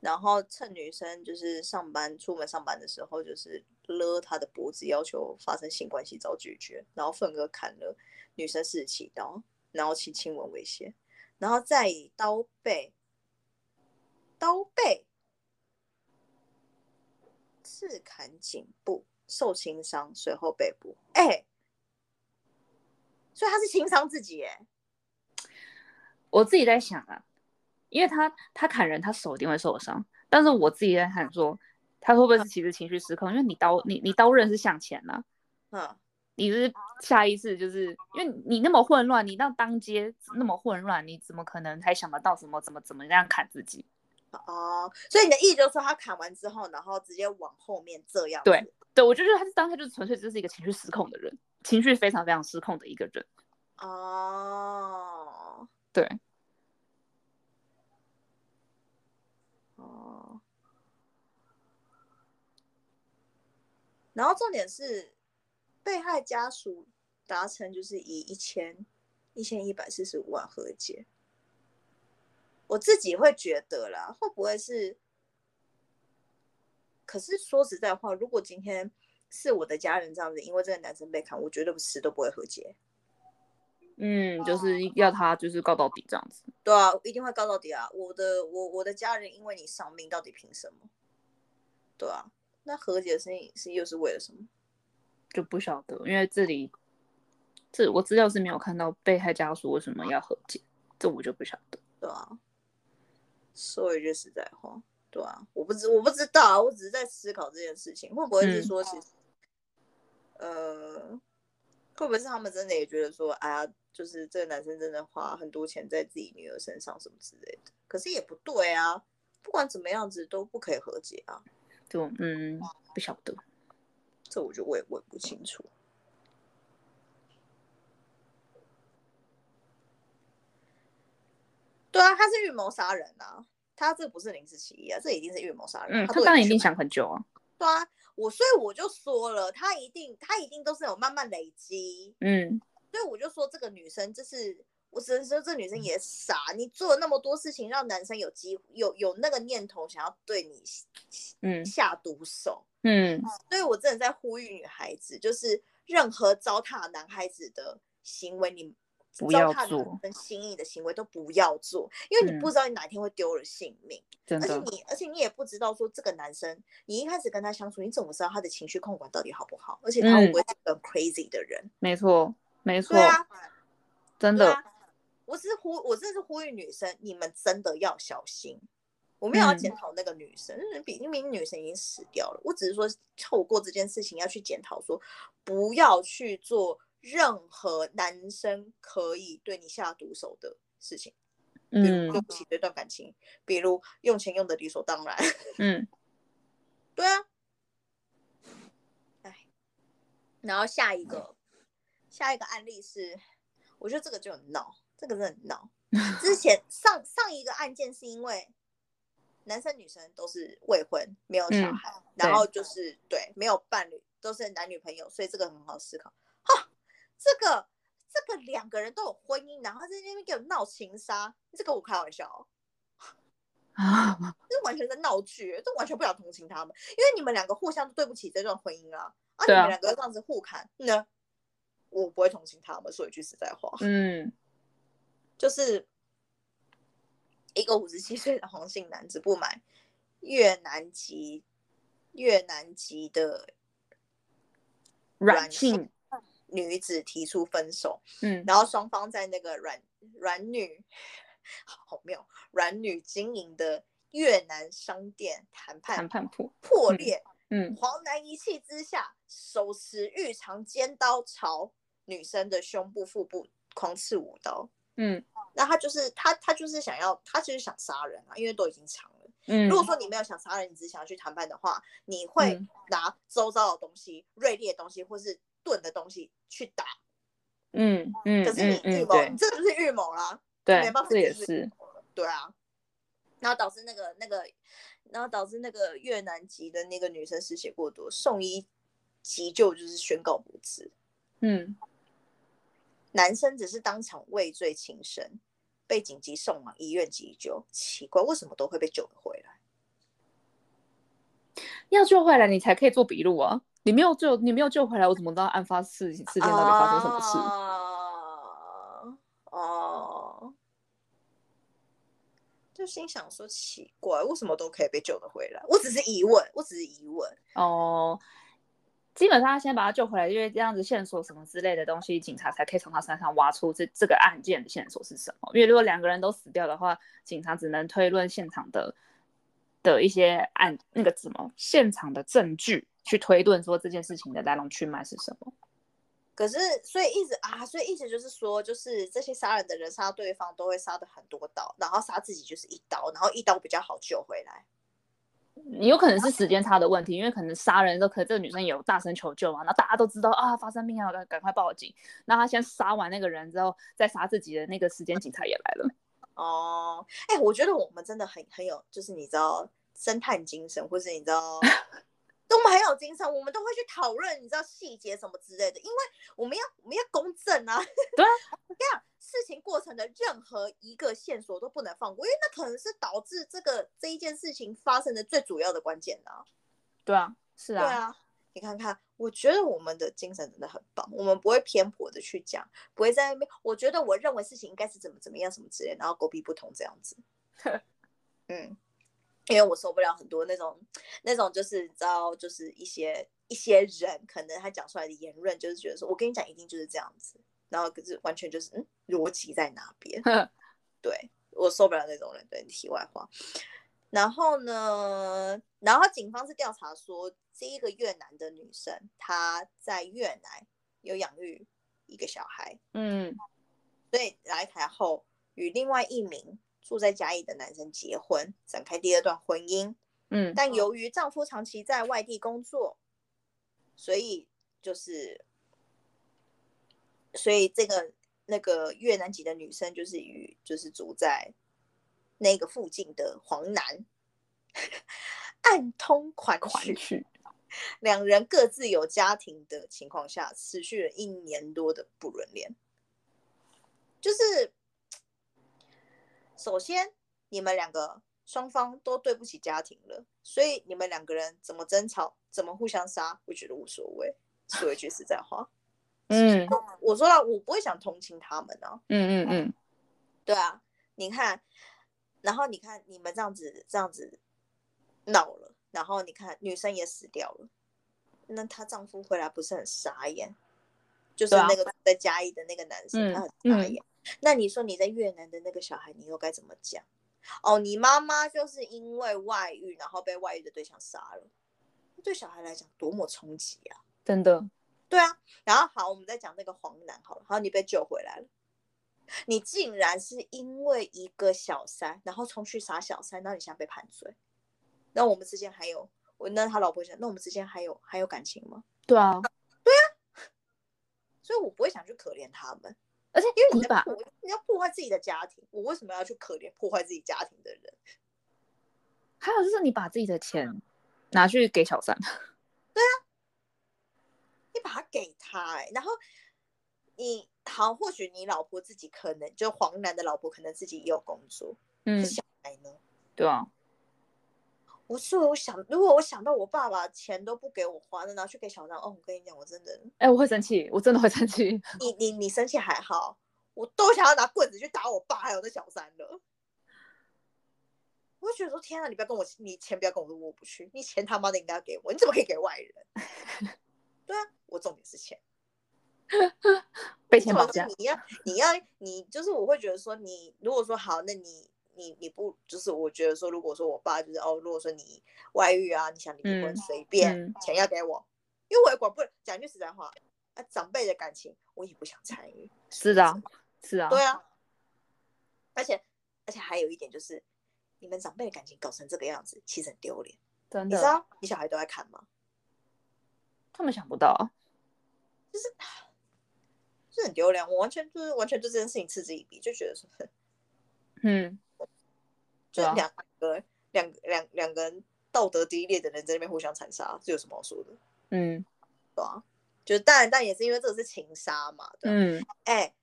Speaker 1: 然后趁女生就是上班出门上班的时候，就是勒她的脖子，要求发生性关系遭拒绝，然后份额砍了女生四十七刀，然后其亲吻威胁，然后再以刀背、刀背刺砍颈部，受轻伤，随后被捕。哎、所以他是轻伤自己、哎。
Speaker 2: 我自己在想啊，因为他他砍人，他手一定会受伤，但是我自己在想说，他会不会是其实情绪失控？因为你刀你你刀刃是向前啊，
Speaker 1: 嗯，
Speaker 2: 你是下意识就是因为你那么混乱，你到当街那么混乱，你怎么可能还想得到什么怎么怎么样砍自己？
Speaker 1: 哦，所以你的意就是说他砍完之后，然后直接往后面这样子。
Speaker 2: 对对我就觉得他是当下就是纯粹就是一个情绪失控的人，情绪非常非常失控的一个人。
Speaker 1: 哦
Speaker 2: 对，
Speaker 1: 哦。然后重点是，被害家属达成就是以一千一千一百四十五万和解。我自己会觉得啦，会不会是？可是说实在话，如果今天是我的家人这样子，因为这个男生被砍，我绝对不死都不会和解。
Speaker 2: 嗯，就是要他就是告到底这样子。
Speaker 1: 对啊，一定会告到底啊！我的我我的家人因为你丧命，到底凭什么？对啊，那和解的事情是又是为了什么？
Speaker 2: 就不晓得，因为这里这我资料是没有看到被害家属为什么要和解，这我就不晓得。
Speaker 1: 对啊，说一句实在话，对啊，我不知我不知道啊，我只是在思考这件事情，会不会是
Speaker 2: 嗯
Speaker 1: 说其实，呃，会不会是他们真的也觉得说，哎呀，就是这个男生真的花很多钱在自己女儿身上什么之类的？可是也不对啊，不管怎么样子都不可以和解啊，
Speaker 2: 就嗯，不晓得。
Speaker 1: 这我就我也我也不清楚。对啊，他是预谋杀人啊，他这不是临时起意啊，这一定是预谋杀人啊、
Speaker 2: 嗯，他
Speaker 1: 都
Speaker 2: 当然
Speaker 1: 已
Speaker 2: 一
Speaker 1: 经
Speaker 2: 定
Speaker 1: 去买
Speaker 2: 想很久啊。
Speaker 1: 对啊，我所以我就说了，他一定他一定都是有慢慢累积，
Speaker 2: 嗯，
Speaker 1: 所以我就说这个女生就是。我只能说这女生也傻，你做了那么多事情，让男生有机有有那个念头想要对你
Speaker 2: 嗯
Speaker 1: 下毒手，
Speaker 2: 嗯，
Speaker 1: 所以我真的在呼吁女孩子，就是任何糟蹋男孩子的行为，你
Speaker 2: 不要
Speaker 1: 糟蹋
Speaker 2: 做嗯
Speaker 1: 男人心意的行为都不要做，因为你不知道你哪天会丢了性命，
Speaker 2: 真
Speaker 1: 而且
Speaker 2: 的，
Speaker 1: 你而且你也不知道说这个男生，你一开始跟他相处，你怎么知道他的情绪控管到底好不好？而且他会
Speaker 2: 嗯
Speaker 1: 不会是个很 crazy 的人？
Speaker 2: 没错，没错
Speaker 1: 对，啊，
Speaker 2: 真
Speaker 1: 对
Speaker 2: 的，
Speaker 1: 啊，我只是呼，我真的是呼吁女生，你们真的要小心。我没有要
Speaker 2: 嗯
Speaker 1: 检讨那个女生，因为毕竟女生已经死掉了。我只是说，透过这件事情要去检讨，说不要去做任何男生可以对你下毒手的事情，比如
Speaker 2: 嗯
Speaker 1: 对不起这段感情，比如用钱用的理所当然。
Speaker 2: 嗯，
Speaker 1: 对啊，哎，然后下一个，下一个案例是，我觉得这个就很闹，这个真的很闹。之前 上上一个案件是因为男生女生都是未婚，没有小
Speaker 2: 嗯
Speaker 1: 孩，然
Speaker 2: 对
Speaker 1: 后就是对没有伴侣，都是男女朋友，所以这个很好思考。哈，这个这个两个人都有婚姻，然后在那边给我闹情杀，这个我开玩笑、哦。
Speaker 2: 啊，
Speaker 1: 这完全在闹剧，这完全不想同情他们，因为你们两个互相都对不起这段婚姻啊，啊，你
Speaker 2: 对啊
Speaker 1: 们两个这样子互砍，那我不会同情他们，说一句实在话，
Speaker 2: 嗯
Speaker 1: 就是一个五十七岁的黄姓男子不满越南籍越南籍的
Speaker 2: 软性，
Speaker 1: 女子提出分手，
Speaker 2: 嗯
Speaker 1: 然后双方在那个软软女，好妙，软女经营的越南商店谈
Speaker 2: 谈
Speaker 1: 判
Speaker 2: 判铺，
Speaker 1: 破
Speaker 2: 嗯
Speaker 1: 裂。
Speaker 2: 嗯
Speaker 1: 黄男一气之下，手持浴长尖刀朝女生的胸部、腹部狂刺五刀。
Speaker 2: 嗯
Speaker 1: 那他就是他，他就是想要，他就是想杀人啊，因为都已经长了。
Speaker 2: 嗯，
Speaker 1: 如果说你没有想杀人，你只想要去谈判的话，你会
Speaker 2: 嗯
Speaker 1: 拿周遭的东西、锐利的东西或是钝的东西去打。
Speaker 2: 嗯嗯
Speaker 1: 可是你
Speaker 2: 嗯
Speaker 1: 预
Speaker 2: 嗯，
Speaker 1: 谋，
Speaker 2: 对
Speaker 1: 你这就是预谋啦。没
Speaker 2: 对
Speaker 1: 办法，
Speaker 2: 这也，
Speaker 1: 就是对啊，然后导致那个那个，然后导致那个越南籍的那个女生失血过多，送医急救就是宣告不治，
Speaker 2: 嗯
Speaker 1: 男生只是当场畏罪轻生，被紧急送往医院急救。奇怪，为什么都会被救回来？
Speaker 2: 要救回来你才可以做笔录啊。你没有救，你没有救回来，我怎么知道案发事情事件到底发生什么事？
Speaker 1: 啊哦，就心想说奇怪，为什么都可以被救得回来？我只是疑问，我只是疑问。
Speaker 2: 哦，基本上先把他救回来，因为这样子线索什么之类的东西，警察才可以从他身上挖出这这个案件的线索是什么。因为如果两个人都死掉的话，警察只能推论现场的的一些案那个什么现场的证据，去推论说这件事情的来龙去脉是什么。
Speaker 1: 可是，所以一直啊，所以意思就是说，就是这些杀人的人杀对方都会杀的很多刀，然后杀自己就是一刀，然后一刀比较好救回来。
Speaker 2: 你有可能是时间差的问题，因为可能杀人都可，这个女生有大声求救嘛，然后大家都知道啊发生命案了，赶快报警。那她先杀完那个人之后，再杀自己的那个时间，警察也来了。
Speaker 1: 哦，哎、我觉得我们真的很很有，就是你知道侦探精神，或是你知道， 我们很有精神，我们都会去讨论，你知道细节什么之类的，因为我们要我们要公正啊。
Speaker 2: 对啊
Speaker 1: 这样事情过程的任何一个线索都不能放过，因为那可能是导致这个这一件事情发生的最主要的关键啊。
Speaker 2: 对啊，是
Speaker 1: 对啊，你看看，我觉得我们的精神真的很棒，我们不会偏颇的去讲，不会在那边。我觉得我认为事情应该是怎么怎么样什么之类，然后狗屁不通这样子。嗯，因为我受不了很多那种那种，就是你知道，就是一些一些人可能他讲出来的言论，就是觉得说我跟你讲一定就是这样子，然后可是完全就是嗯，逻辑在哪边？对我受不了那种人。对，题外话。然后呢，然后警方是调查说，这一个越南的女生她在越南有养育一个小孩，
Speaker 2: 嗯
Speaker 1: 所以来台后与另外一名住在嘉义的男生结婚，展开第二段婚姻。
Speaker 2: 嗯
Speaker 1: 但由于丈夫长期在外地工作，所以就是，所以这个那个越南籍的女生就是与就是住在那个附近的黄男 暗通款
Speaker 2: 款
Speaker 1: 曲，
Speaker 2: 曲，
Speaker 1: 两人各自有家庭的情况下，持续了一年多的不伦恋。就是，首先你们两个双方都对不起家庭了，所以你们两个人怎么争吵，怎么互相杀，我觉得无所谓。说一句实在话，
Speaker 2: 嗯
Speaker 1: 我说了，我不会想同情他们啊。
Speaker 2: 嗯嗯嗯，
Speaker 1: 对啊，你看，然后你看你们这样子这样子闹了，然后你看女生也死掉了，那她丈夫回来不是很傻眼？就是
Speaker 2: 对啊
Speaker 1: 那个在嘉义的那个男生，
Speaker 2: 嗯
Speaker 1: 他很傻眼。那你说你在越南的那个小孩，你又该怎么讲？哦，你妈妈就是因为外遇，然后被外遇的对象杀了，对小孩来讲多么冲击啊！
Speaker 2: 真的，
Speaker 1: 对啊，然后好，我们再讲那个黄楠好了。好，你被救回来了，你竟然是因为一个小三，然后冲去杀小三，然后你现在被判罪，那我们之间还有我，那他老婆想，那我们之间还有还有感情吗？
Speaker 2: 对啊，
Speaker 1: 所以我不会想去可怜他们，
Speaker 2: 而且
Speaker 1: 因为
Speaker 2: 不
Speaker 1: 你
Speaker 2: 是
Speaker 1: 在
Speaker 2: 吧？
Speaker 1: 破，你要破坏自己的家庭，我为什么要去可怜破坏自己家庭的人？
Speaker 2: 还有就是你把自己的钱拿去给 小三，
Speaker 1: 你把它给他、欸，然后你好，或许你老婆自己可能就黄楠的老婆可能自己也有工作，
Speaker 2: 嗯，
Speaker 1: 哎呢？
Speaker 2: 对啊，
Speaker 1: 我是我想，如果我想到我爸爸钱都不给我花，那拿去给小张，哦，我跟你讲，我真的，
Speaker 2: 哎、我会生气，我真的会生气，
Speaker 1: 你你你生气还好，我都想要拿棍子去打我爸还有那小三了。我就觉得说，天啊，你不要跟我，你钱不要跟我说我不去，你钱他妈的应该要给我，你怎么可以给外人？ 对啊，我重点是钱，
Speaker 2: 被钱绑架
Speaker 1: 重，点是你要你要你就是我会觉得说你，如果说好，那你。你你不就是我觉得说，如果说我爸就是哦，如果说你外遇啊，你想离婚
Speaker 2: 嗯
Speaker 1: 随便，
Speaker 2: 嗯
Speaker 1: 钱要给我，因为我也管不了。讲句实在话，啊，长辈的感情我也不想参与。
Speaker 2: 是的啊，是啊，
Speaker 1: 对啊，而且而且还有一点就是，你们长辈的感情搞成这个样子，其实很丢脸。
Speaker 2: 真
Speaker 1: 你知
Speaker 2: 的，
Speaker 1: 道你小孩都在看吗？
Speaker 2: 他们想不到啊，
Speaker 1: 就是很丢脸。我完全就是完全对这件事情嗤之以鼻，就觉得说，哼
Speaker 2: 嗯，
Speaker 1: 就
Speaker 2: 对
Speaker 1: 两
Speaker 2: 啊
Speaker 1: 个两两两个人道德低劣的人在那边互相残杀，这有什么好说的？
Speaker 2: 嗯
Speaker 1: 对啊，就是当然，但也是因为这个是情杀嘛，对啊、
Speaker 2: 嗯，
Speaker 1: 哎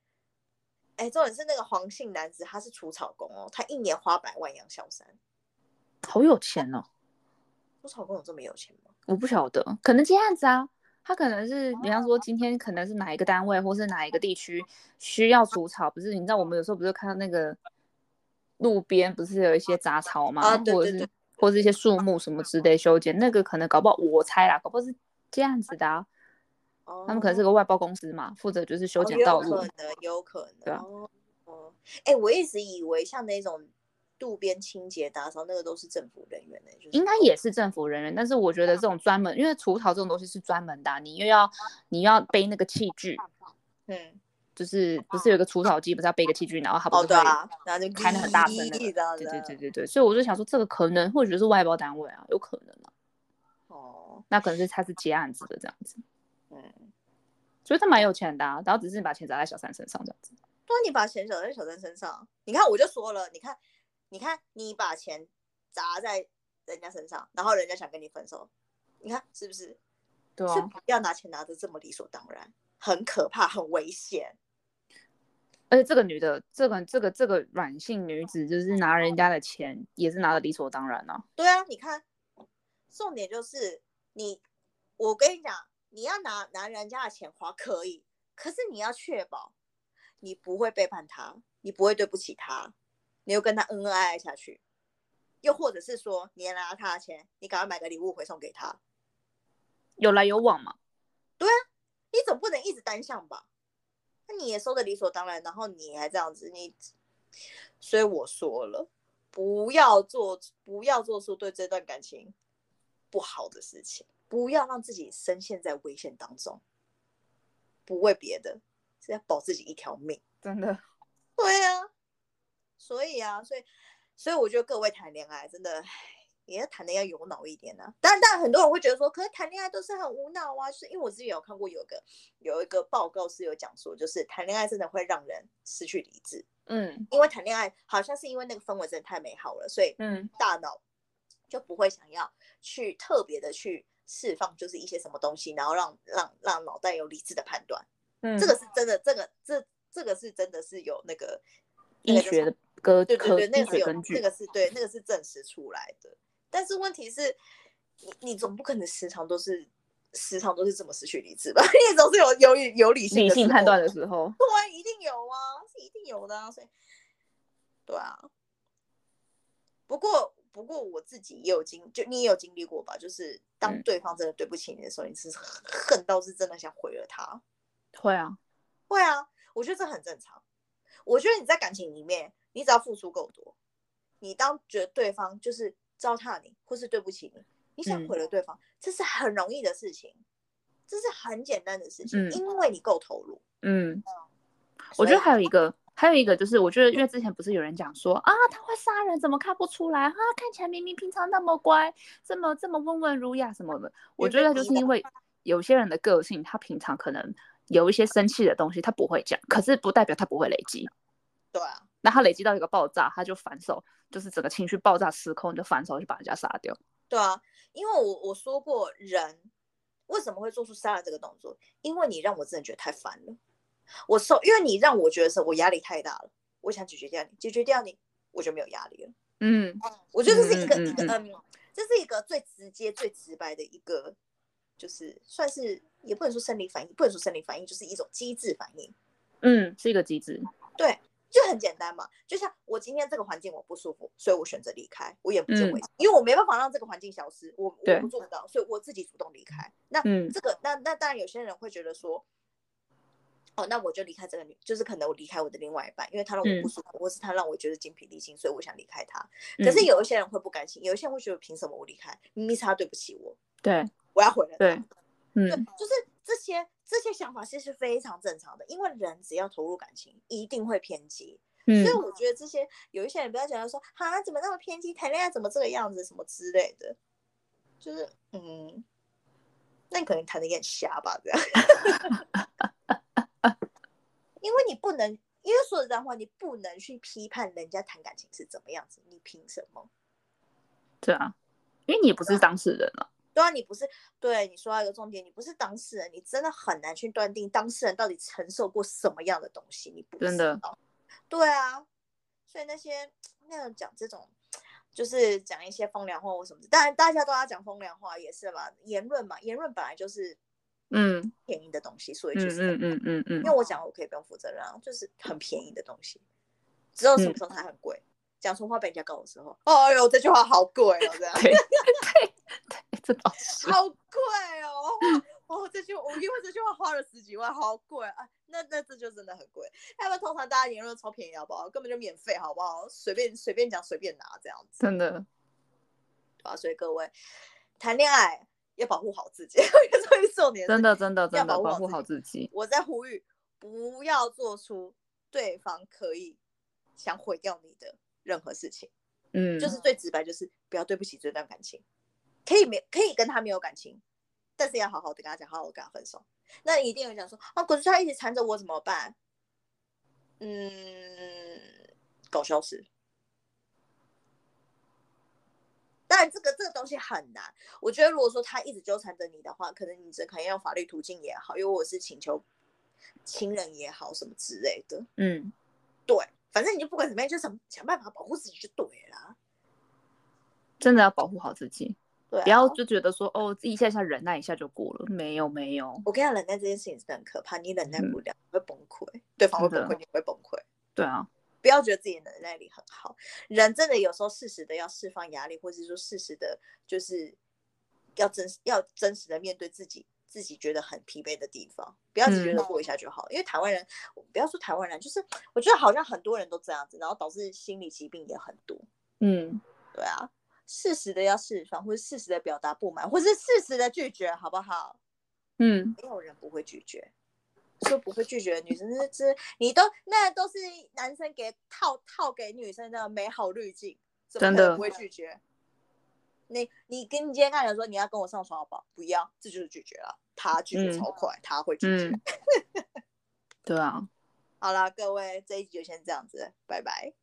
Speaker 1: 哎，重点是那个黄姓男子，他是除草工哦，他一年花百万养小三。
Speaker 2: 好有钱哦，
Speaker 1: 除草工有这么有钱吗？
Speaker 2: 我不晓得，可能接案子啊，他可能是比方
Speaker 1: 哦
Speaker 2: 说今天可能是哪一个单位或是哪一个地区需要除草，不是？你知道我们有时候不是看到那个路边不是有一些杂草吗？
Speaker 1: 啊对
Speaker 2: 或者
Speaker 1: 对
Speaker 2: 是
Speaker 1: 对
Speaker 2: 或是一些树木什么之类修剪，那个可能搞不好我猜啦，搞不好是这样子的啊，
Speaker 1: 哦，
Speaker 2: 他们可能是个外包公司嘛，负责就是修
Speaker 1: 哦
Speaker 2: 剪道路
Speaker 1: 有，可能，有可
Speaker 2: 对
Speaker 1: 能。
Speaker 2: 啊
Speaker 1: 哦，哦，哎，我一直以为像那种路边清洁打扫，那个都是政府人员呢、就是
Speaker 2: 应该也是政府人员，但是我觉得这种专门，因为除草这种东西是专门的啊、你又要你又要背那个器具，
Speaker 1: 嗯，
Speaker 2: 就是不是有一个除草机，不是要背一个器具，然后它不
Speaker 1: 哦，
Speaker 2: 是
Speaker 1: 对
Speaker 2: 会
Speaker 1: 啊，然后就
Speaker 2: 开那很大声那个
Speaker 1: 滴这样
Speaker 2: 对
Speaker 1: 子，
Speaker 2: 对对，对对，所以我就想说，这个可能或许是外包单位啊，有可能啊，
Speaker 1: 哦，
Speaker 2: 那可能是他是接案子的这样子，
Speaker 1: 嗯，
Speaker 2: 所以他蛮有钱的、啊，然后只是把钱砸在小三身上这样子。
Speaker 1: 对啊，你把钱砸在小三身上，你看我就说了，你看，你看你把钱砸在人家身上，然后人家想跟你分手，你看是不是？
Speaker 2: 对啊
Speaker 1: 所以，不要拿钱拿的这么理所当然，很可怕，很危险。
Speaker 2: 而且这个女的，这个这个这个软性女子，就是拿人家的钱，也是拿的理所当然啊。
Speaker 1: 对啊，你看，重点就是你，我跟你讲，你要拿拿人家的钱花可以，可是你要确保你不会背叛他，你不会对不起他，你又跟他恩恩爱爱下去，又或者是说你拿他的钱，你赶快买个礼物回送给他，
Speaker 2: 有来有往嘛，
Speaker 1: 啊你总不能一直单向吧？那你也收的理所当然，然后你还这样子，你，所以我说了，不要做，不要做出对这段感情不好的事情，不要让自己深陷在危险当中，不为别的，是要保自己一条命。
Speaker 2: 真的。
Speaker 1: 对啊，所以啊，所以，所以我觉得各位谈恋爱真的。唉也要谈的要有脑一点呢、啊，当然，当然，很多人会觉得说，可是谈恋爱都是很无脑啊，就是因为我之前有看过有个有一个报告是有讲说，就是谈恋爱真的会让人失去理智，
Speaker 2: 嗯
Speaker 1: 因为谈恋爱好像是因为那个氛围真的太美好了，所以
Speaker 2: 嗯
Speaker 1: 大脑就不会想要去特别的去释放，就是一些什么东西，然后让让让脑袋有理智的判断。
Speaker 2: 嗯
Speaker 1: 这个是真的，这个这这个是真的是有那个
Speaker 2: 医学的根
Speaker 1: 对对
Speaker 2: 科
Speaker 1: 对，那
Speaker 2: 医
Speaker 1: 个是
Speaker 2: 学
Speaker 1: 有
Speaker 2: 根据
Speaker 1: 那。个是对，那个是证实出来的。但是问题是，你你总不可能时常都是时常都是这么失去理智吧？ 你总是有有理有理性
Speaker 2: 理
Speaker 1: 的
Speaker 2: 性
Speaker 1: 时
Speaker 2: 判
Speaker 1: 候
Speaker 2: 断
Speaker 1: 吧
Speaker 2: 的时候，
Speaker 1: 对，一定有啊，是一定有的啊，所以，对啊。不过，不过我自己也有经，就你也有经历过吧？就是当
Speaker 2: 嗯
Speaker 1: 对方真的对不起你的时候，你是恨到是真的想毁了他。
Speaker 2: 会啊，
Speaker 1: 会啊，我觉得这很正常。我觉得你在感情里面，你只要付出够多，你当觉得对方就是糟蹋你，或是对不起你，你想
Speaker 2: 嗯
Speaker 1: 毁了对方，这是很容易的事情，这是很简单的事情，
Speaker 2: 嗯
Speaker 1: 因为你够投入。
Speaker 2: 嗯，
Speaker 1: 所
Speaker 2: 我觉
Speaker 1: 以
Speaker 2: 得
Speaker 1: 哦嗯
Speaker 2: 还有一个，还有一个就是，我觉得因为之前不是有人讲说啊，他会杀人，怎么看不出来啊？看起来明明平常那么乖，这么这么温文儒雅什么的。我觉得就是因为有些人的个性，他平常可能有一些生气的东西，他不会讲，可是不代表他不会累积。
Speaker 1: 对啊，
Speaker 2: 那他累积到一个爆炸，他就反手，就是整个情绪爆炸失控，你就反手就把人家杀掉。
Speaker 1: 对啊，因为我我说过，人为什么会做出杀了这个动作？因为你让我真的觉得太烦了，我受，因为你让我觉得是我压力太大了，我想解决掉你，解决掉你，我就没有压力了。
Speaker 2: 嗯，
Speaker 1: 我觉得这是一个、
Speaker 2: 嗯嗯
Speaker 1: 一个
Speaker 2: 嗯
Speaker 1: 嗯，这是一个最直接、最直白的一个，就是算是也不能说生理反应，不能说生理反应，就是一种机制反应，
Speaker 2: 嗯，是一个机制。
Speaker 1: 就很简单嘛。就像我今天这个环境我不舒服，所以我选择离开，我眼不见为净，因为我没办法让这个环境消失，我我
Speaker 2: 嗯对
Speaker 1: 不做不到，所以我自己主动离开。那
Speaker 2: 嗯
Speaker 1: 这个那那当然有些人会觉得说。哦，那我就离开这个女，就是可能我离开我的另外一半，因为他让我不
Speaker 2: 嗯
Speaker 1: 舒服，或是他让我觉得精疲力尽，所以我想离开他。
Speaker 2: 嗯
Speaker 1: 可是有一些人会不甘心，有一些人会觉得凭什么我离开？明明是他对不起我，
Speaker 2: 对
Speaker 1: 我要毁了他。
Speaker 2: 对，
Speaker 1: 对，
Speaker 2: 嗯
Speaker 1: 就是这些这些想法其实是非常正常的，因为人只要投入感情，一定会偏激。
Speaker 2: 嗯
Speaker 1: 所以我觉得这些有一些人不要讲说，哈，怎么那么偏激，谈恋爱怎么这个样子，什么之类的，就是嗯，那你可能谈的也很瞎吧，这样。 因为你不能，因为说实在话，你不能去批判人家谈感情是怎么样子，你凭什么？
Speaker 2: 对啊，因为你也不是当事人啊。
Speaker 1: 对啊，你不是对你说到一个重点，你不是当事人，你真的很难去断定当事人到底承受过什么样的东西，你不
Speaker 2: 真
Speaker 1: 知
Speaker 2: 的
Speaker 1: 道。对啊，所以那些那种讲这种，就是讲一些风凉话或什么的，当然大家都要讲风凉话也是啦，言论嘛，言论本来就是
Speaker 2: 嗯
Speaker 1: 便宜的东西，所以
Speaker 2: 嗯
Speaker 1: 就是很
Speaker 2: 嗯嗯嗯嗯
Speaker 1: 因为我讲我可以不用负责任啊，就是很便宜的东西，只有
Speaker 2: 嗯
Speaker 1: 什么时候它很贵。讲错话被人家告的时候，哦呦，这句话好贵哦， 这样。
Speaker 2: 对对对，这倒是。
Speaker 1: 好贵哦！哦，这句我因为这句话花了十几万，好贵啊！那那这就真的很贵。要不然通常大家言论超便宜，好不好？根本就免费，好不好？随便随便讲，随便拿这样子，
Speaker 2: 真的，
Speaker 1: 对吧、所以各位谈恋爱要保护好自己， 这是重点。
Speaker 2: 真的，，真的，
Speaker 1: 要
Speaker 2: 真的，
Speaker 1: 保护
Speaker 2: 保
Speaker 1: 好
Speaker 2: 护
Speaker 1: 自
Speaker 2: 好
Speaker 1: 己
Speaker 2: 自己。
Speaker 1: 我在呼吁，不要做出对方可以想毁掉你的任何事情。
Speaker 2: 嗯，
Speaker 1: 就是最直白，就是不要对不起这段感情，可以没可以跟他没有感情，但是要好好的跟他讲，好好地跟他分手。那一定有人讲说啊，可是他一直缠着我怎么办？嗯，狗消失。当然，这个这个东西很难。我觉得，如果说他一直纠缠着你的话，可能你只可能用法律途径也好，因为我是请求亲人也好，什么之类的。
Speaker 2: 嗯，
Speaker 1: 对，反正你就不管怎么样，就想想办法保护自己就对了啊啦。
Speaker 2: 真的要保护好自己，
Speaker 1: 对、啊，
Speaker 2: 不要就觉得说哦，一下下忍耐一下就过了，没有没有，
Speaker 1: 我跟你讲，忍耐这件事情真的很可怕，你忍耐不了、会崩溃，对方会崩
Speaker 2: 真的
Speaker 1: 溃，你会崩溃。
Speaker 2: 对啊，
Speaker 1: 不要觉得自己的能耐力很好，人真的有时候适时的要释放压力，或者说适时的，就是要真要真实的面对自己，自己觉得很疲惫的地方，不要只觉得过一下就好。因为台湾人，我不要说台湾人，就是我觉得好像很多人都这样子，然后导致心理疾病也很多。
Speaker 2: 嗯，
Speaker 1: 对啊，适时的要释放，或者适时的表达不满，或是适时的拒绝，好不好？
Speaker 2: 嗯，
Speaker 1: 没有人不会拒绝，说不会拒绝的女生是这，你都那都是男生给套套给女生的美好滤镜，怎么
Speaker 2: 真
Speaker 1: 可能
Speaker 2: 的
Speaker 1: 不会拒绝？你你跟你今天看人说你要跟我上床好不好？不要，这就是拒绝了。他拒绝
Speaker 2: 嗯
Speaker 1: 超快，他会拒绝。
Speaker 2: 嗯，对啊，
Speaker 1: 好啦，各位，这一集就先这样子，拜拜。